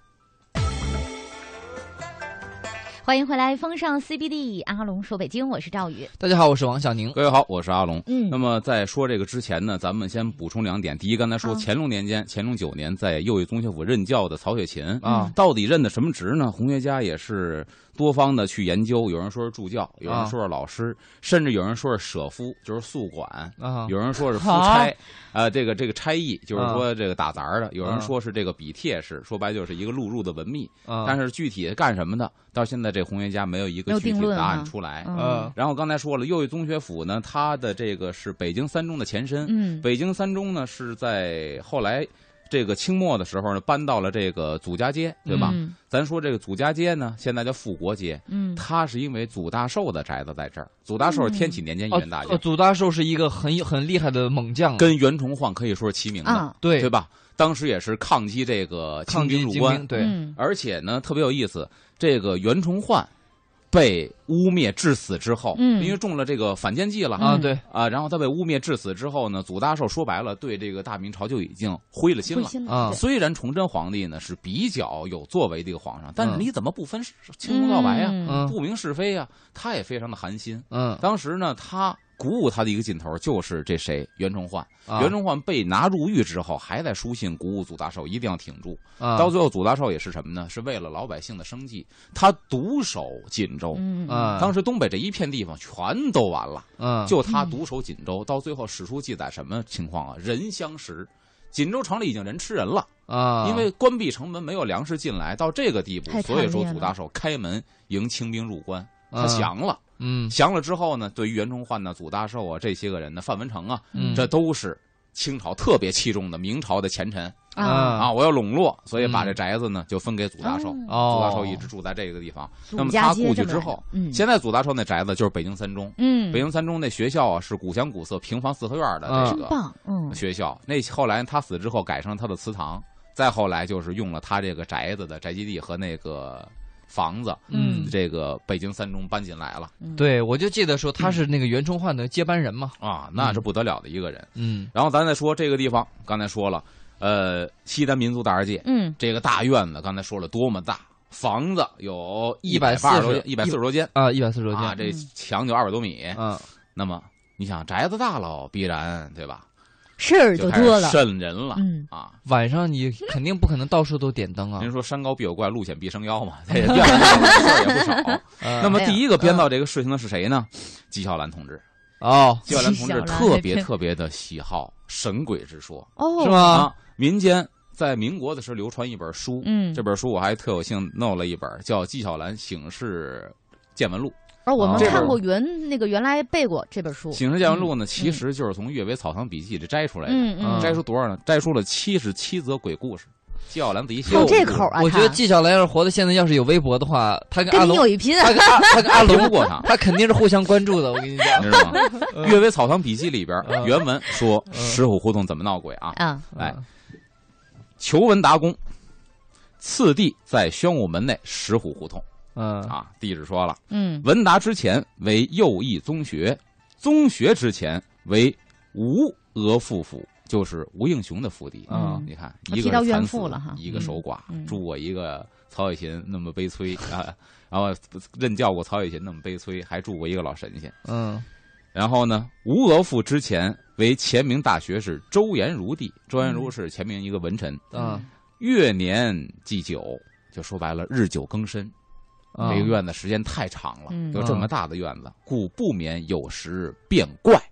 Speaker 1: 欢迎回来，风尚 CBD，阿龙说北京，我是赵宇。
Speaker 2: 大家好，我是王小宁。
Speaker 3: 各位好，我是阿龙。
Speaker 1: 嗯
Speaker 3: 那么在说这个之前呢，咱们先补充两点。第一，刚才说
Speaker 1: 好
Speaker 3: 乾隆年间，乾隆九年在右翼宗学府任教的曹雪芹
Speaker 2: 嗯
Speaker 1: 啊
Speaker 3: 到底任的什么职呢？红学家也是多方的去研究，有人说是助教，有人
Speaker 2: 啊
Speaker 3: 说是老师，甚至有人说是舍夫，就是宿管。
Speaker 2: 啊，
Speaker 3: 有 人说是夫
Speaker 1: 好
Speaker 3: 差，呃，这个这个差役就是
Speaker 2: 啊
Speaker 3: 说这个打杂儿的；有人
Speaker 2: 啊
Speaker 3: 说是这个笔帖式，说白就是一个录入的文秘。
Speaker 2: 啊
Speaker 3: 但是具体干什么的，到现在这红学家没有一
Speaker 1: 没有
Speaker 3: 个具
Speaker 1: 定
Speaker 3: 体
Speaker 1: 论
Speaker 3: 答
Speaker 1: 啊
Speaker 3: 案出来。
Speaker 1: 嗯
Speaker 3: 然后刚才说了，右翼宗学府呢，它的这个是北京三中的前身。
Speaker 1: 嗯
Speaker 3: 北京三中呢是在后来这个清末的时候呢搬到了这个祖家街，对吧？
Speaker 1: 嗯
Speaker 3: 咱说这个祖家街呢，现在叫富国街，
Speaker 1: 嗯
Speaker 3: 它是因为祖大寿的宅子在这儿。祖大寿是天启年间
Speaker 2: 哦
Speaker 3: 元大
Speaker 1: 嗯
Speaker 3: 将，
Speaker 2: 呃祖大寿是一个很很厉害的猛将，啊
Speaker 3: 跟袁崇焕可以说是齐名的，
Speaker 1: 哦啊，
Speaker 2: 对
Speaker 3: 对吧？当时也是抗击这个清
Speaker 2: 抗
Speaker 3: 兵
Speaker 2: 击
Speaker 3: 入
Speaker 2: 金
Speaker 3: 关，
Speaker 2: 兵，对，
Speaker 1: 嗯
Speaker 3: 而且呢，特别有意思，这个袁崇焕被污蔑致死之后，
Speaker 1: 嗯
Speaker 3: 因为中了这个反间计了
Speaker 2: 啊
Speaker 1: 嗯
Speaker 2: 对，
Speaker 3: 啊，然后他被污蔑致死之后呢，祖大寿说白了对这个大明朝就已经灰了心
Speaker 1: 灰
Speaker 3: 了。
Speaker 1: 心
Speaker 2: 啊
Speaker 1: 对
Speaker 3: 虽然崇祯皇帝呢是比较有作为的一个皇上，但是
Speaker 2: 嗯
Speaker 3: 你怎么不分青红皂白呀、
Speaker 1: 嗯
Speaker 2: 嗯
Speaker 3: 不明是非呀、他也非常的寒心。
Speaker 2: 嗯，
Speaker 3: 当时呢，他鼓舞他的一个劲头就是这谁袁崇焕。
Speaker 2: 啊
Speaker 3: 袁崇焕被拿入狱之后，还在书信鼓舞祖大寿一定要挺住。
Speaker 2: 啊
Speaker 3: 到最后，祖大寿也是什么呢？是为了老百姓的生计，他独守锦州。
Speaker 1: 嗯
Speaker 2: 啊，
Speaker 3: 当时东北这一片地方全都完了，
Speaker 2: 嗯
Speaker 3: 就他独守锦州。到最后，史书记载什么情况啊？人相食，锦州城里已经人吃人了，
Speaker 2: 啊，
Speaker 3: 因为关闭城门，没有粮食进来，到这个地步
Speaker 1: 太，惨
Speaker 3: 所
Speaker 1: 烈
Speaker 3: 以说
Speaker 1: 了
Speaker 3: 祖大寿开门迎清兵入关，
Speaker 2: 啊
Speaker 3: 他降了。
Speaker 2: 嗯
Speaker 3: 降了之后呢，对于袁崇焕呢、祖大寿啊这些个人呢，范文成啊，
Speaker 2: 嗯
Speaker 3: 这都是清朝特别器重的明朝的前臣。
Speaker 1: 啊，
Speaker 3: 啊，我要笼络，所以把
Speaker 2: 嗯
Speaker 3: 这宅子呢就分给祖大寿。
Speaker 1: 哦
Speaker 2: 哦，
Speaker 3: 祖大寿一直住在这个地方。
Speaker 1: 祖
Speaker 3: 那么
Speaker 1: 家
Speaker 3: 他
Speaker 1: 街
Speaker 3: 故
Speaker 1: 这么
Speaker 3: 去之
Speaker 1: 来
Speaker 3: 后
Speaker 1: 的嗯
Speaker 3: 现在祖大寿那宅子就是北京三中，
Speaker 1: 嗯，
Speaker 3: 北京三中那学校啊是古香古色、平房四合院的这
Speaker 1: 真
Speaker 3: 个
Speaker 1: 棒，嗯
Speaker 3: 学校。那后来他死之后改成了他的祠堂，再后来就是用了他这个宅子的宅基地和那个房子，
Speaker 1: 嗯
Speaker 3: 这个北京三中搬进来了
Speaker 1: 嗯，
Speaker 2: 哦对，我就记得说他是那个袁崇焕的接班人嘛，
Speaker 3: 啊，那是不得了的一个人。
Speaker 2: 嗯
Speaker 3: 然后咱再说这个地方，刚才说了，呃，西单民族大世界，
Speaker 1: 嗯
Speaker 3: 这个大院子，刚才说了多么大，房子有百
Speaker 2: 140
Speaker 3: 八十多一百四十多间
Speaker 2: 啊，一百四十多
Speaker 3: 啊，
Speaker 2: 天，
Speaker 3: 这
Speaker 1: 嗯
Speaker 3: 墙就二百多米。
Speaker 2: 嗯
Speaker 3: 那么你想宅子大喽，必然对吧？
Speaker 1: 事儿
Speaker 3: 就
Speaker 1: 就
Speaker 3: 开
Speaker 1: 多
Speaker 3: 始
Speaker 1: 了，
Speaker 3: 渗人了、
Speaker 1: 嗯
Speaker 3: 啊！
Speaker 2: 晚上你肯定不可能到处都点灯啊
Speaker 3: 您，说山高必有怪，路险必生妖嘛， 这也变了样了事儿也不少。
Speaker 2: 那
Speaker 3: 那么第一个
Speaker 1: 嗯
Speaker 3: 编造这个事情的是谁呢？纪晓岚同志。
Speaker 2: 哦
Speaker 3: 纪晓岚同
Speaker 1: 纪晓
Speaker 3: 志
Speaker 1: 岚
Speaker 3: 特别特别的喜好神鬼之说
Speaker 1: 哦，
Speaker 2: 是？吗？
Speaker 3: 啊，民间在民国的时候流传一本书，
Speaker 1: 嗯
Speaker 3: 这，本书我还特有幸弄了一本，叫《纪晓岚醒世见闻录
Speaker 1: 而我们
Speaker 2: 这
Speaker 1: 看
Speaker 2: 本
Speaker 1: 过原那个原来背过这本书》。，
Speaker 3: 醒世见闻录呢，其实就是从《阅微草堂笔记》里摘出来的。
Speaker 1: 嗯嗯
Speaker 2: 啊，
Speaker 3: 摘出多少呢？摘出了七十七则鬼故事。纪晓岚自己写
Speaker 1: 有
Speaker 3: 的。
Speaker 1: 这口啊，
Speaker 2: 我觉得
Speaker 1: 他
Speaker 2: 纪晓岚要是活到现在，要是有微博的话，他跟阿
Speaker 1: 跟你
Speaker 2: 龙
Speaker 1: 有，一拼，啊嗯
Speaker 2: 他跟阿他跟阿
Speaker 3: 拼不
Speaker 2: 龙，，
Speaker 3: 过他
Speaker 2: 他肯定是互相关注的。我跟你讲，
Speaker 3: 你知道吗？《阅微草堂笔记》里边
Speaker 2: 嗯
Speaker 3: 原文说
Speaker 2: 嗯
Speaker 3: 石虎胡同怎么闹鬼啊？
Speaker 1: 啊，
Speaker 3: 哎，求闻达公，次第在宣武门内石虎胡同
Speaker 2: 嗯
Speaker 3: 啊。地址说了，
Speaker 1: 嗯
Speaker 3: 文达之前为右翼宗学，宗学之前为吴额驸府，就是吴应熊的府邸。
Speaker 2: 嗯
Speaker 3: 你看，
Speaker 1: 啊提
Speaker 3: 一个
Speaker 1: 到
Speaker 3: 是
Speaker 1: 怨
Speaker 3: 惨
Speaker 1: 妇
Speaker 3: 死
Speaker 1: 了哈
Speaker 3: 一个守寡
Speaker 1: 嗯嗯，
Speaker 3: 助我一个曹雪芹那么悲催啊，然后任教过曹雪芹那么悲催，还助过一个老神仙。
Speaker 2: 嗯
Speaker 3: 然后呢，吴额驸之前为前明大学士周延儒弟，周延儒是前明一个文臣，
Speaker 2: 嗯
Speaker 3: 越年祭酒，就说白了日久更深，
Speaker 2: 嗯，
Speaker 3: 这个院子时间太长了，
Speaker 1: 嗯
Speaker 3: 有这么大的院子，故不免有时变怪，啊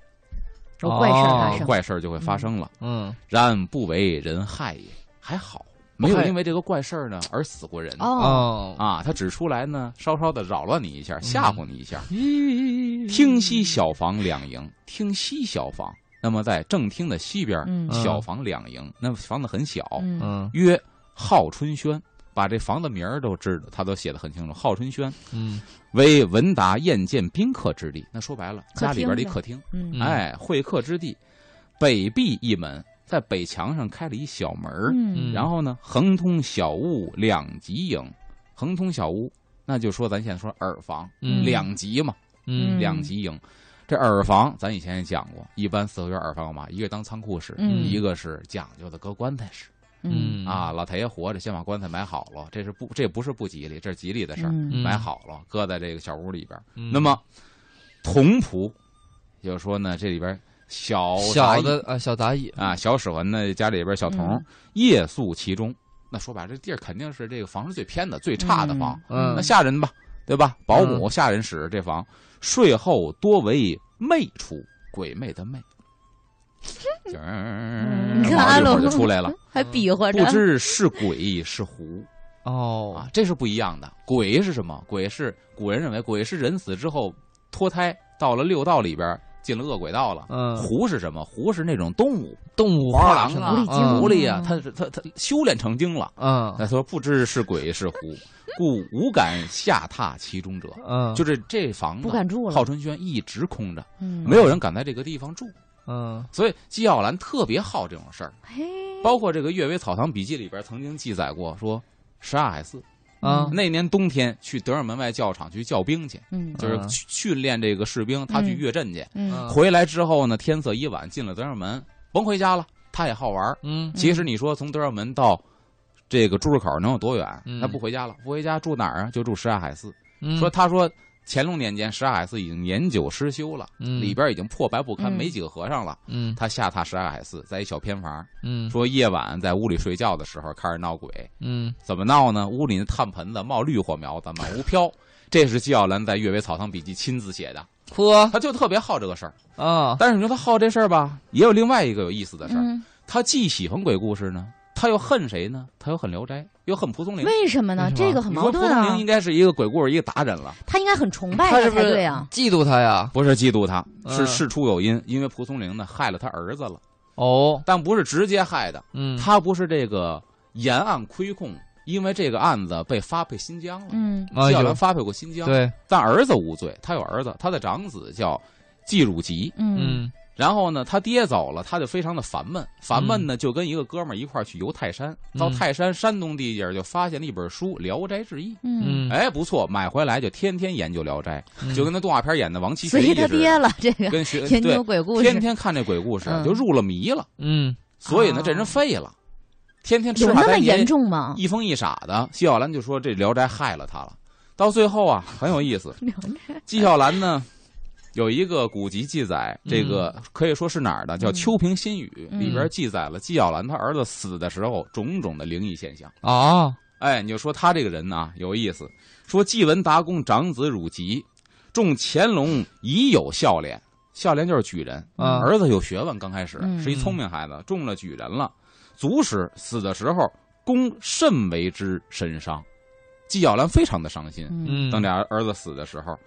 Speaker 1: 有怪事儿发
Speaker 2: 哦
Speaker 1: 生，
Speaker 3: 怪事儿就会发生了。
Speaker 2: 嗯
Speaker 3: 然不为人害也，还好没有
Speaker 2: 不害
Speaker 3: 因为这个怪事儿呢而死过人。
Speaker 1: 哦，嗯
Speaker 2: 哦，
Speaker 3: 啊，他只出来呢，稍稍的扰乱你一下，吓唬你一下。
Speaker 2: 咦
Speaker 3: 听西小房两营，听西小房，那么在正厅的西边，
Speaker 1: 嗯
Speaker 3: 小房两营，那么房子很小，
Speaker 1: 嗯
Speaker 2: 嗯
Speaker 3: 曰浩春轩，把这房子名儿都知道，他都写的很清楚。浩春轩
Speaker 2: 嗯
Speaker 3: 为文达宴见宾客之地，那说白了，
Speaker 1: 客厅
Speaker 3: 家里边的一
Speaker 1: 呗
Speaker 3: 客厅，
Speaker 1: 嗯
Speaker 2: 嗯
Speaker 3: 哎，会客之地。北壁一门，在北墙上开了一小门儿，
Speaker 1: 嗯
Speaker 3: 然后呢，横通小屋两级营，横通小屋，那就说咱现在说耳房、
Speaker 2: 嗯
Speaker 3: 两级嘛，
Speaker 2: 嗯
Speaker 3: 两级营。这耳房咱以前也讲过，一般四合院耳房干嘛？一个当仓库使，
Speaker 1: 嗯
Speaker 3: 一个是讲究的搁棺材使。
Speaker 1: 嗯
Speaker 3: 啊，老太爷活着，先把棺材埋好了，这是不这不是不吉利，这是吉利的事儿，
Speaker 1: 嗯
Speaker 3: 埋好了，搁在这个小屋里边儿。
Speaker 2: 嗯
Speaker 3: 那么童仆，就是说呢，这里边儿小杂
Speaker 2: 小
Speaker 3: 役
Speaker 2: 的啊，小杂役，
Speaker 3: 啊，小史文呢家里边儿小童、
Speaker 1: 嗯
Speaker 3: 夜宿其中，那说白了，这地儿肯定是这个房是最偏的、最差的房，
Speaker 2: 嗯
Speaker 3: 那下人吧，对吧？保姆下人使这房，睡后多为媚处，鬼魅 的魅。就是
Speaker 1: 你看阿
Speaker 3: 一会儿就
Speaker 1: 龙
Speaker 3: 出来了，
Speaker 1: 还比划着
Speaker 3: 不，知是鬼是狐
Speaker 2: 哦
Speaker 3: 啊，，这是不一样的。鬼是什么？鬼是古人认为鬼是人死之后脱胎到了六道里边儿，进了恶鬼道了。
Speaker 2: 嗯，
Speaker 3: 狐是什么？狐是那种动物，
Speaker 2: 动物
Speaker 3: 黄
Speaker 2: 化
Speaker 3: 狼
Speaker 2: 什
Speaker 3: 啊
Speaker 2: 么，
Speaker 1: 狐狸精
Speaker 3: 狐
Speaker 2: 嗯
Speaker 3: 狸呀
Speaker 1: 嗯，
Speaker 3: 它是它它修炼成精了。
Speaker 2: 嗯
Speaker 1: 啊
Speaker 3: 他说不知是鬼是狐，故无敢下榻其中者。
Speaker 2: 嗯，
Speaker 3: 就是这房
Speaker 1: 啊不
Speaker 3: 子，
Speaker 1: 敢住了嗯
Speaker 3: 浩，春轩一直空着，
Speaker 1: 没
Speaker 3: 没有人敢在这个地方住。
Speaker 2: 嗯
Speaker 3: 所以纪晓岚特别好这种事儿，
Speaker 1: 嘿，
Speaker 3: 包括这个《阅微草堂笔记》里边曾经记载过，说十二海寺
Speaker 2: 啊
Speaker 1: 嗯
Speaker 3: 那年冬天去德尔门外教场去教兵去，
Speaker 1: 嗯
Speaker 3: 就是
Speaker 2: 嗯
Speaker 3: 去训练这个士兵，他去
Speaker 1: 嗯
Speaker 3: 越阵去。
Speaker 1: 嗯
Speaker 3: 回来之后呢，天色已晚，进了德尔门，甭回家了，他也好玩儿。
Speaker 2: 嗯
Speaker 3: 其实你说从德尔门到这个朱市口能有多远？
Speaker 2: 嗯
Speaker 3: 他不回家了，不回家住哪儿啊？就住什刹海寺。
Speaker 2: 嗯，
Speaker 3: 说他说乾隆年间什刹海寺已经年久失修了，
Speaker 2: 嗯
Speaker 3: 里边已经破败不
Speaker 1: 嗯
Speaker 3: 堪，没几个和尚了。
Speaker 2: 嗯
Speaker 3: 他下榻什刹海寺，在一小偏房，
Speaker 2: 嗯
Speaker 3: 说夜晚在屋里睡觉的时候开始闹鬼，
Speaker 2: 嗯
Speaker 3: 怎么闹呢？屋里那炭盆子冒绿火苗子，满屋飘。这是纪晓岚在《阅微草堂笔记》亲自写的，
Speaker 2: 呵
Speaker 3: 他就特别好这个事儿。
Speaker 2: 啊
Speaker 3: 但是你说他好这事儿吧，也有另外一个有意思的事儿，
Speaker 1: 嗯，
Speaker 3: 他既喜欢鬼故事呢，他又恨谁呢？他又恨《聊斋》，又恨蒲松龄。
Speaker 1: 为什么呢
Speaker 2: 为？什么
Speaker 1: 这个很
Speaker 3: 你
Speaker 1: 矛
Speaker 3: 说蒲
Speaker 1: 盾
Speaker 3: 松
Speaker 1: 啊
Speaker 3: 龄应，该是一个鬼故事一个达人了，
Speaker 1: 他应该很崇拜
Speaker 2: 他是
Speaker 1: 他
Speaker 2: 不
Speaker 1: 才
Speaker 2: 是
Speaker 1: 对啊，
Speaker 2: 嫉妒他呀？
Speaker 3: 不是嫉妒他，是
Speaker 2: 嗯
Speaker 3: 事出有因，因为蒲松龄呢害了他儿子了，
Speaker 2: 哦，
Speaker 3: 但不是直接害的，
Speaker 2: 嗯，
Speaker 3: 他不是这个沿岸亏控，因为这个案子被发配新疆了。
Speaker 1: 嗯
Speaker 2: 啊
Speaker 3: 纪晓岚
Speaker 2: 有
Speaker 3: 发配过新疆，
Speaker 2: 对，
Speaker 3: 但儿子无罪，他有儿子，他的长子叫季汝吉。
Speaker 1: 嗯
Speaker 2: 嗯
Speaker 3: 然后呢，他爹走了，他就非常的烦闷，烦闷呢，就跟一个哥们儿一块儿去游泰山，
Speaker 2: 嗯
Speaker 3: 到泰山山东地界儿就发现了一本书《聊斋志异》，
Speaker 1: 嗯，
Speaker 2: 嗯，
Speaker 3: 哎，不错，买回来就天天研究《聊斋》，
Speaker 2: 嗯
Speaker 3: 就跟那动画片演的王七
Speaker 1: 所
Speaker 3: 学艺
Speaker 1: 以他
Speaker 3: 似
Speaker 1: 爹
Speaker 3: 的，
Speaker 1: 了，这个
Speaker 3: 跟学
Speaker 1: 研究
Speaker 3: 对，
Speaker 1: 鬼故事
Speaker 3: 天天看这鬼故事，
Speaker 1: 嗯
Speaker 3: 就入了迷了，
Speaker 2: 嗯
Speaker 3: 所以呢
Speaker 1: 啊，
Speaker 3: 这人废了，天天吃
Speaker 1: 有
Speaker 3: 马
Speaker 1: 那么
Speaker 3: 丹
Speaker 1: 严
Speaker 3: 爷
Speaker 1: 重吗？
Speaker 3: 一疯一傻的。纪晓岚就说这《聊斋》害了他了，到最后啊，很有意思，纪晓岚呢，有一个古籍记载，这个可以说是哪儿的，叫《秋平新语》，
Speaker 1: 嗯
Speaker 3: 里边记载了纪晓岚他儿子死的时候种种的灵异现象。
Speaker 2: 啊，
Speaker 3: 哎，你就说他这个人啊，有意思。说纪文达公长子汝吉，中乾隆已有孝廉，孝廉就是举人，
Speaker 2: 嗯
Speaker 3: 儿子有学问，刚开始
Speaker 1: 啊嗯
Speaker 3: 是一聪明孩子，中了举人了。卒时死的时候，公甚为之神伤，纪晓岚非常的伤心。
Speaker 1: 嗯
Speaker 2: 嗯，
Speaker 3: 等俩儿子死的时候，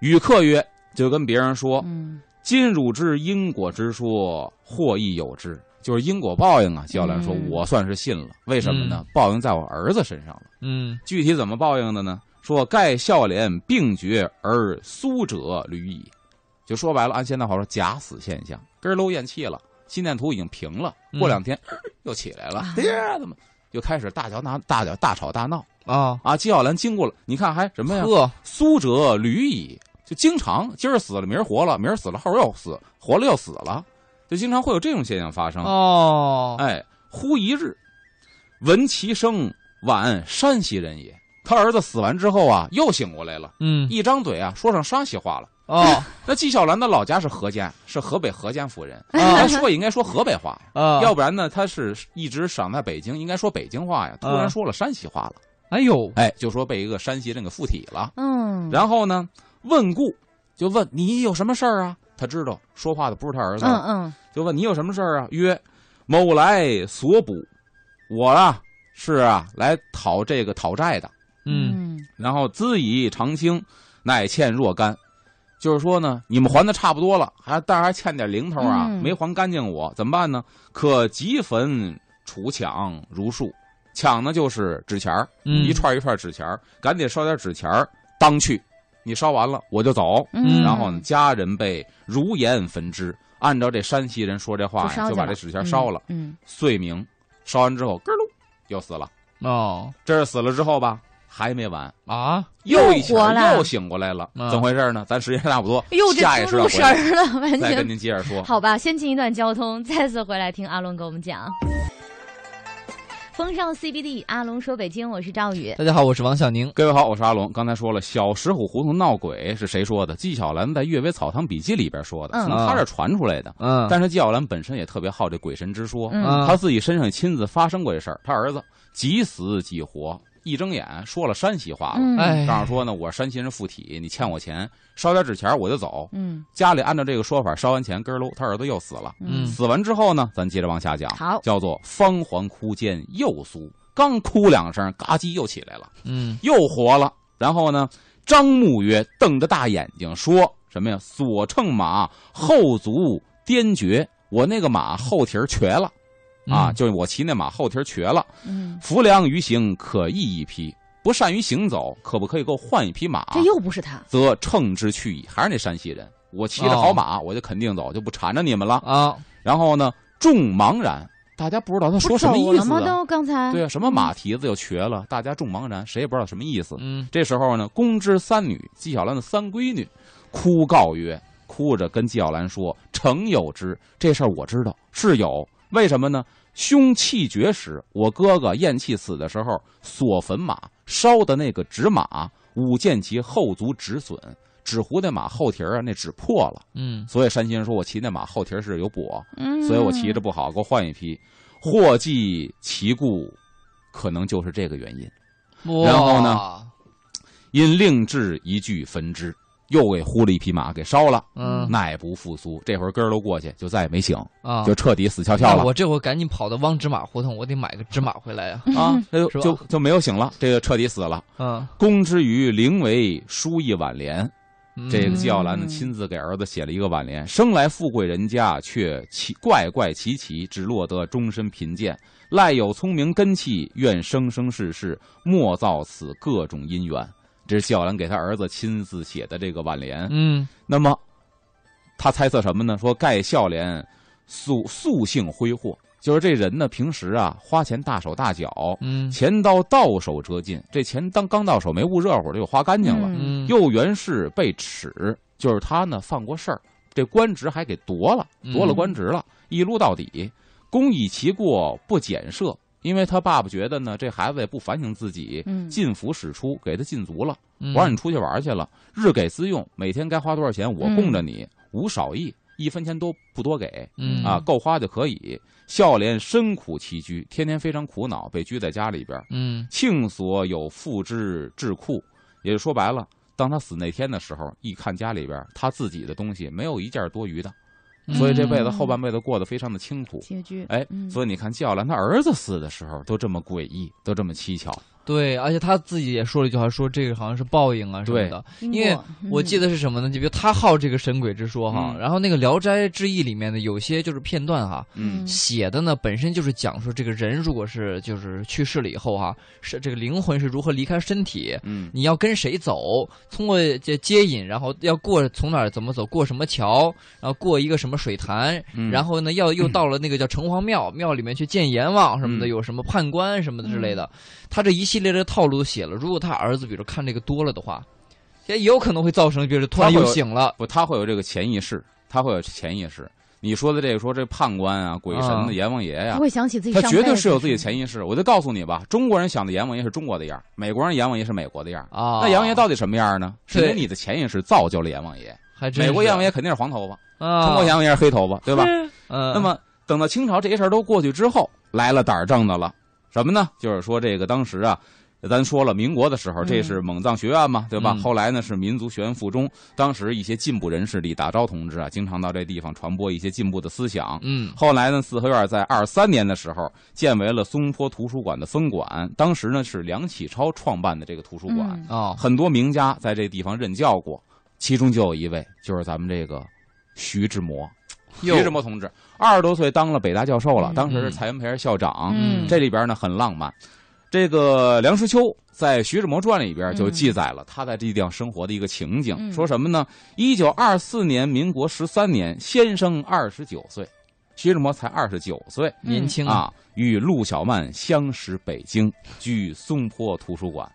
Speaker 3: 与客曰，就跟别人说
Speaker 1: 嗯，：“
Speaker 3: 今汝知因果之说，或亦有之。”就是因果报应啊！教练说：“
Speaker 1: 嗯
Speaker 3: 我算是信了，为什么呢？报应在我儿子身上了。
Speaker 2: 嗯
Speaker 3: 具体怎么报应的呢？说盖孝廉并绝而苏者屡矣，就说白了，按现在话说，假死现象，根儿搂咽气了，心电图已经平了，
Speaker 2: 嗯
Speaker 3: 过两天、又起来了，
Speaker 1: 啊
Speaker 3: 哎呀，怎么又开始大吵大大吵大吵大闹
Speaker 2: 啊，
Speaker 3: 啊？纪晓岚经过了，你看还哎什么呀？
Speaker 2: 呵，
Speaker 3: 苏者屡矣，就经常今儿死了，明儿活了，明儿死了，后儿又死，活了又死了，就经常会有这种现象发生。
Speaker 2: 哦，
Speaker 3: 哎，忽一日，闻其声，晚山西人也。他儿子死完之后啊，又醒过来了，
Speaker 2: 嗯，
Speaker 3: 一张嘴啊，说上山西话了。
Speaker 2: 哦，
Speaker 3: 那纪晓岚的老家是河间，是河北河间夫人，他
Speaker 2: 啊
Speaker 3: 说也应该说河北话呀，
Speaker 2: 啊，
Speaker 3: 要不然呢，他是一直长在北京，应该说北京话呀，突然
Speaker 2: 啊
Speaker 3: 说了山西话了，
Speaker 2: 哎呦，
Speaker 3: 哎，就说被一个山西人给附体了。
Speaker 1: 嗯，
Speaker 3: 然后呢，问故就问你有什么事儿啊？他知道说话的不是他儿子，
Speaker 1: 嗯嗯
Speaker 3: 就问你有什么事儿啊？曰：某来索补，我啊是啊来讨这个讨债的。
Speaker 2: 嗯
Speaker 3: 然后资以长清，乃欠若干。就是说呢，你们还的差不多了，还但还欠点零头啊，
Speaker 1: 嗯
Speaker 3: 没还干净我，怎么办呢？可集坟除抢如数，抢呢就是纸钱儿，
Speaker 2: 嗯
Speaker 3: 一串一串纸钱儿，赶紧烧点纸钱儿当去，你烧完了我就走。
Speaker 1: 嗯，
Speaker 3: 然后呢，家人被如盐焚之。按照这山西人说这话
Speaker 1: 就烧
Speaker 3: 呀，
Speaker 1: 去
Speaker 3: 就把
Speaker 1: 了
Speaker 3: 这纸钱烧了，
Speaker 1: 嗯，
Speaker 3: 遂明。烧完之后，咯噜又死了。
Speaker 2: 哦
Speaker 3: 这是死了之后吧，还没完，
Speaker 2: 啊，
Speaker 3: 又一
Speaker 1: 又活
Speaker 3: 下
Speaker 1: 了
Speaker 3: 又醒过来了，
Speaker 2: 嗯
Speaker 3: 怎么回事呢？咱时间差不多，
Speaker 1: 哟，这
Speaker 3: 下一
Speaker 1: 出
Speaker 3: 时
Speaker 1: 入
Speaker 3: 段
Speaker 1: 神
Speaker 3: 回来
Speaker 1: 儿 了，完
Speaker 3: 再跟
Speaker 1: 全。
Speaker 3: 您接着说。
Speaker 1: 好吧，先进一段交通，再次回来听阿伦给我们讲。风尚 CBD，阿龙说北京，我是赵宇。
Speaker 2: 大家好，我是王小宁。
Speaker 3: 各位好，我是阿龙。刚才说了，小石虎胡同闹鬼是谁说的？纪晓岚在《阅微草堂笔记》里边说的，
Speaker 1: 嗯
Speaker 3: 从他这儿传出来的。
Speaker 2: 嗯，
Speaker 3: 但是纪晓岚本身也特别好这鬼神之说，
Speaker 1: 啊嗯
Speaker 3: 他自己身上亲自发生过这事儿。他儿子几死几活，一睁眼说了山西话了，
Speaker 1: 嗯
Speaker 2: 哎，
Speaker 3: 告诉说呢，我山西人附体，你欠我钱，烧点纸钱我就走。
Speaker 1: 嗯
Speaker 3: 家里按照这个说法烧完钱，咯喽，他儿子又死了。
Speaker 2: 嗯
Speaker 3: 死完之后呢，咱接着往下讲，
Speaker 1: 好
Speaker 3: 叫做方环哭间又苏，刚哭两声，嘎叽又起来了，
Speaker 2: 嗯
Speaker 3: 又活了。然后呢，张穆曰瞪着大眼睛说什么呀？所乘马后足颠厥，我那个马后蹄儿瘸了啊，
Speaker 2: 嗯
Speaker 3: 就是我骑那马后蹄儿瘸了。
Speaker 1: 嗯，
Speaker 3: 浮梁于行可易一匹，不善于行走，可不可以给我换一匹马？
Speaker 1: 这又不是他。
Speaker 3: 则乘之去矣。还是那山西人，我骑着好马，我就肯定走，就不缠着你们了。
Speaker 2: 啊，
Speaker 3: 然后呢，众茫然，大家不知道他说
Speaker 1: 不
Speaker 3: 什么
Speaker 1: 走
Speaker 3: 意
Speaker 1: 了
Speaker 3: 思
Speaker 1: 吗？
Speaker 3: 啊。
Speaker 1: 都刚才
Speaker 3: 对啊，什么马蹄子又瘸了，大家众茫然，谁也不知道什么意思。
Speaker 2: 嗯
Speaker 3: 这时候呢，公之三女，纪晓岚的三闺女，哭告曰：“哭着跟纪晓岚说，诚有之，这事儿我知道是有。为什么呢？兄气绝时，我哥哥咽气死的时候，所焚马烧的那个纸马，舞见其后足止损，纸糊那马后蹄儿啊，那纸破了。
Speaker 2: 嗯
Speaker 3: 所以山西人说我骑那马后蹄儿是有跛，
Speaker 1: 嗯，
Speaker 3: 所以我骑着不好，给我换一匹。祸计其故，可能就是这个原因。”
Speaker 2: 嗯
Speaker 3: 然后呢？因令制一具焚之，又给呼了一匹马给烧了，
Speaker 2: 嗯
Speaker 3: 耐不复苏。这会儿根儿都过去，就再也没醒，
Speaker 2: 啊，
Speaker 3: 就彻底死翘翘
Speaker 2: 那
Speaker 3: 了
Speaker 2: 我这会儿赶紧跑到汪芝麻胡同，我得买个芝麻回来呀。
Speaker 3: 啊，那就是
Speaker 2: 吧
Speaker 3: 就就没有醒了，这个彻底死了。
Speaker 2: 嗯，
Speaker 3: 公之于灵为书一挽联，
Speaker 2: 嗯
Speaker 3: 这个纪晓岚呢
Speaker 1: 嗯
Speaker 3: 亲自给儿子写了一个挽联：生来富贵人家，却奇怪怪奇奇，只落得终身贫贱。赖有聪明根气，愿生生世世莫造此各种因缘。这是纪晓岚给他儿子亲自写的这个挽联。
Speaker 2: 嗯
Speaker 3: 那么，他猜测什么呢？说盖孝廉素素性挥霍，就是这人呢，平时啊花钱大手大脚，
Speaker 2: 嗯
Speaker 3: 钱到到手折尽，这钱当刚到手没捂热乎的就花干净了。
Speaker 1: 嗯
Speaker 2: 嗯，
Speaker 3: 又原是被耻，就是他呢犯过事儿，这官职还给夺了，夺了
Speaker 1: 嗯
Speaker 3: 官职了，一撸到底。公以其过不检赦，因为他爸爸觉得呢，这孩子也不反省自己，
Speaker 1: 嗯
Speaker 3: 进府使出，给他禁足了。
Speaker 2: 嗯
Speaker 3: 我让你出去玩去了，日给私用，每天该花多少钱我供着你，无少益，一分钱都不多给
Speaker 2: 嗯
Speaker 3: 啊，够花就可以。孝廉深苦其居，天天非常苦恼，被拘在家里边。
Speaker 2: 嗯
Speaker 3: 庆所有父之智库，也就说白了，当他死那天的时候，一看家里边他自己的东西没有一件多余的，
Speaker 2: 嗯
Speaker 3: 所以这辈子后半辈子过得非常的清苦。
Speaker 1: 结局
Speaker 3: 哎，
Speaker 1: 嗯
Speaker 3: 所以你看纪晓岚他儿子死的时候都这么诡异，都这么蹊跷。
Speaker 2: 对，而且他自己也说了一句话，说这个好像是报应啊什么
Speaker 3: 对
Speaker 2: 的。
Speaker 1: 因
Speaker 2: 因为
Speaker 1: 嗯
Speaker 2: 我记得是什么呢？就比如他好这个神鬼之说哈，
Speaker 3: 嗯
Speaker 2: 然后那个《聊斋志异》里面的有些就是片段哈，
Speaker 1: 嗯
Speaker 2: 写的呢本身就是讲说这个人如果是就是去世了以后哈、是这个灵魂是如何离开身体，
Speaker 3: 嗯
Speaker 2: 你要跟谁走，通过这接引，然后要过从哪儿怎么走，过什么桥，然后过一个什么水潭，
Speaker 3: 嗯
Speaker 2: 然后呢要又到了那个叫城隍庙，庙里面去见阎王什么的，
Speaker 3: 嗯
Speaker 2: 有什么判官什么的之类的，他这一系列的套路都写了。如果他儿子比如看这个多了的话，也有可能会造成，比如突然
Speaker 3: 他
Speaker 2: 又
Speaker 3: 会有
Speaker 2: 醒了，
Speaker 3: 不，他会有这个潜意识，他会有潜意识。你说的这个说这判官啊、鬼神
Speaker 2: 啊
Speaker 3: 的阎王爷呀、
Speaker 1: 不会想起自己
Speaker 3: 他
Speaker 1: 上辈子，
Speaker 3: 绝对是有自己的潜意识。我就告诉你吧，中国人想的阎王爷是中国的样儿美国人阎王爷是美国的样儿
Speaker 2: 啊
Speaker 3: 那阎王爷到底什么样呢？是因为
Speaker 2: 对
Speaker 3: 你的潜意识造就了阎王爷。
Speaker 2: 还真
Speaker 3: 美国
Speaker 2: 是
Speaker 3: 阎王爷肯定是黄头发，
Speaker 2: 啊，
Speaker 3: 中国阎王爷是黑头发，对吧？
Speaker 2: 嗯，
Speaker 3: 那么等到清朝这些事儿都过去之后，来了胆儿正的了，什么呢？就是说这个当时啊。咱说了，民国的时候，
Speaker 1: 嗯
Speaker 3: 这是蒙藏学院嘛，对吧？
Speaker 2: 嗯
Speaker 3: 后来呢是民族学院附中。当时一些进步人士，李大钊同志啊，经常到这地方传播一些进步的思想。
Speaker 2: 嗯
Speaker 3: 后来呢，四合院在二三年的时候建为了松坡图书馆的分馆，当时呢是梁启超创办的这个图书馆，
Speaker 1: 嗯
Speaker 2: 哦，
Speaker 3: 很多名家在这地方任教过，其中就有一位就是咱们这个徐志摩，
Speaker 2: 又
Speaker 3: 徐志摩同志，二十多岁当了北大教授了，
Speaker 1: 嗯
Speaker 3: 当时是蔡元培校长，
Speaker 1: 嗯
Speaker 3: 这里边呢很浪漫。这个梁实秋在《徐志摩传》里边就记载了他在这地方生活的一个情景，
Speaker 1: 嗯
Speaker 3: 说什么呢？一九二四年，民国十三年，先生二十九岁，徐志摩才二十九岁啊
Speaker 2: 年轻，
Speaker 3: 啊，与陆小曼相识北京，居松坡图书馆。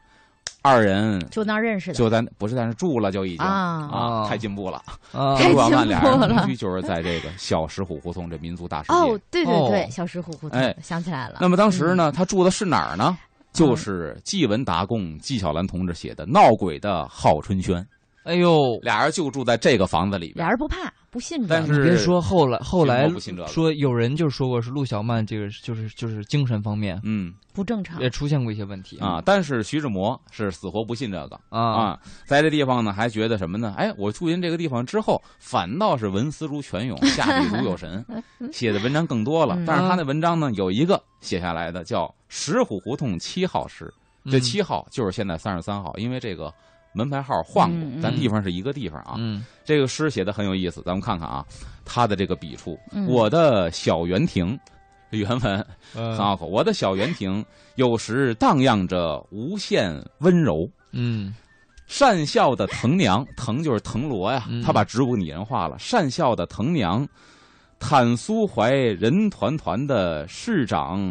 Speaker 3: 二人
Speaker 1: 就那儿认识的
Speaker 3: 就在不是在那儿住了，就已经
Speaker 1: 啊。
Speaker 2: 啊
Speaker 3: 太进步了。
Speaker 2: 啊
Speaker 1: 太进
Speaker 3: 朱
Speaker 1: 步了
Speaker 3: 管万俩人同居就是在这个小石虎胡同这民族大世界。
Speaker 1: 哦，嗯对对对，
Speaker 2: 哦
Speaker 1: 小石虎胡同
Speaker 3: 哎，
Speaker 1: 想起来了。
Speaker 3: 那么当时呢，他住的是哪儿呢？
Speaker 1: 嗯
Speaker 3: 就是纪文达贡纪晓岚同志写的《闹鬼的郝春轩》，
Speaker 2: 哎呦，
Speaker 3: 俩人就住在这个房子里边
Speaker 1: 俩。人不怕，不信
Speaker 3: 但
Speaker 1: 这
Speaker 3: 是
Speaker 1: 个。
Speaker 2: 你别说，后来后来
Speaker 3: 我不信这个
Speaker 2: 说有人就说过是陆小曼这个就是就是精神方面
Speaker 3: 嗯
Speaker 1: 不正常
Speaker 2: 也出现过一些问题
Speaker 1: 嗯
Speaker 3: 啊，但是徐志摩是死活不信这个
Speaker 2: 啊
Speaker 3: 啊，在这地方呢还觉得什么呢？哎，我住进这个地方之后，反倒是文思如泉涌，下笔如 有神，写的文章更多了
Speaker 1: 嗯。
Speaker 3: 但是他那文章呢有一个写下来的叫《石虎胡同七号诗》，这
Speaker 2: 嗯
Speaker 3: 七号就是现在三十三号，因为这个门牌号换过，
Speaker 1: 嗯
Speaker 3: 咱
Speaker 2: 嗯
Speaker 3: 地方是一个地方啊。
Speaker 2: 嗯
Speaker 3: 这个诗写的很有意思，咱们看看啊，他的这个笔触。
Speaker 1: 嗯
Speaker 3: 我的小园亭，原文很
Speaker 2: 呃
Speaker 3: 拗口。我的小园亭有时荡漾着无限温柔，
Speaker 2: 嗯
Speaker 3: 善笑的藤娘， 藤就是藤萝呀
Speaker 2: 嗯，
Speaker 3: 他把植物拟人化了。善笑的藤娘，袒苏怀人团团的市长，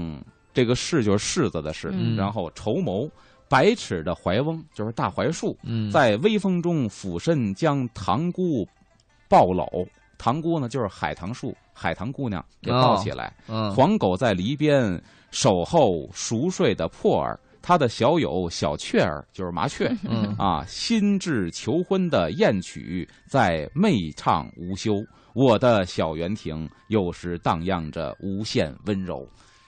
Speaker 3: 这个市就是柿子的市，
Speaker 1: 嗯
Speaker 3: 然后绸缪。百尺的槐翁就是大槐树，
Speaker 2: 嗯
Speaker 3: 在微风中俯身将塘沽抱搂。塘沽呢，就是海棠树，海棠姑娘给抱起来。
Speaker 2: 哦嗯
Speaker 3: 黄狗在篱边守候熟睡的破儿，它的小友小雀儿就是麻雀
Speaker 2: 嗯
Speaker 3: 啊，心智求婚的艳曲在媚唱无休。我的小园亭有时荡漾着无限温柔，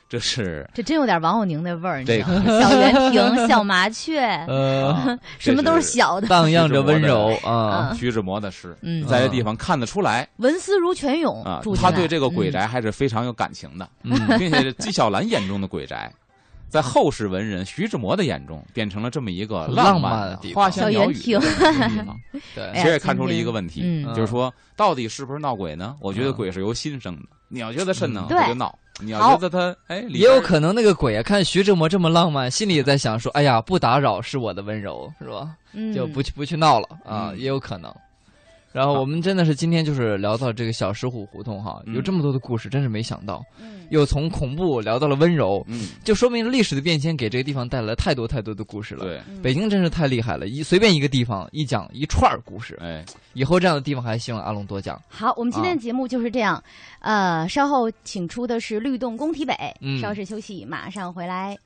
Speaker 3: 这是
Speaker 1: 这真有点王永宁那味儿，你知
Speaker 3: 这
Speaker 1: 道
Speaker 3: 个
Speaker 1: 吗？ 小园亭、小麻雀，
Speaker 2: 呃
Speaker 3: 啊
Speaker 1: 什么都是小的。
Speaker 2: 荡漾着温柔 啊
Speaker 1: 嗯
Speaker 3: 徐志摩的诗，
Speaker 1: 嗯，
Speaker 3: 在这地方看得出来。
Speaker 1: 文思如泉涌
Speaker 3: 啊
Speaker 1: 住，进
Speaker 3: 他
Speaker 1: 来
Speaker 3: 对这个鬼
Speaker 1: 嗯
Speaker 3: 宅还是非常有感情的，
Speaker 2: 嗯
Speaker 3: 并且纪晓岚眼中的鬼宅，在后世文人徐志摩的眼中，变成了这么一个
Speaker 2: 很
Speaker 3: 浪
Speaker 2: 浪
Speaker 3: 漫
Speaker 2: 漫的地方
Speaker 3: 花香
Speaker 1: 小
Speaker 3: 鸟
Speaker 1: 园
Speaker 3: 语
Speaker 1: 亭
Speaker 3: 的 地方。
Speaker 2: 嗯对
Speaker 1: 哎呀
Speaker 3: 其实也看出了一个问题，啊
Speaker 1: 今天嗯
Speaker 3: 就是说到底是不是闹鬼呢？我觉得
Speaker 2: 嗯
Speaker 3: 鬼是由心生的，你要觉得瘆呢，
Speaker 1: 嗯
Speaker 3: 他就
Speaker 1: 对
Speaker 3: 闹；你要
Speaker 1: 好
Speaker 3: 觉得他哎，里
Speaker 2: 也有
Speaker 3: 边
Speaker 2: 可能那个鬼啊，看徐志摩这么浪漫，心里也在想说：“哎呀，不打扰是我的温柔，是吧？
Speaker 1: 嗯
Speaker 2: 就不去不去闹了啊，
Speaker 3: 嗯
Speaker 2: 也有可能。”然后我们真的是今天就是聊到这个小石虎胡同哈，
Speaker 3: 嗯
Speaker 2: 有这么多的故事，真是没想到，
Speaker 1: 嗯
Speaker 2: 又从恐怖聊到了温柔，
Speaker 3: 嗯，
Speaker 2: 就说明历史的变迁给这个地方带来了太多太多的故事了。
Speaker 3: 对，
Speaker 1: 嗯
Speaker 2: 北京真是太厉害了，一随便一个地方一讲一串儿故事，
Speaker 3: 哎，
Speaker 2: 以后这样的地方还希望阿龙多讲。
Speaker 1: 嗯好，我们今天
Speaker 3: 啊
Speaker 1: 的节目就是这样。呃，稍后请出的是律动工体北，
Speaker 2: 嗯
Speaker 1: 稍事休息，马上回来。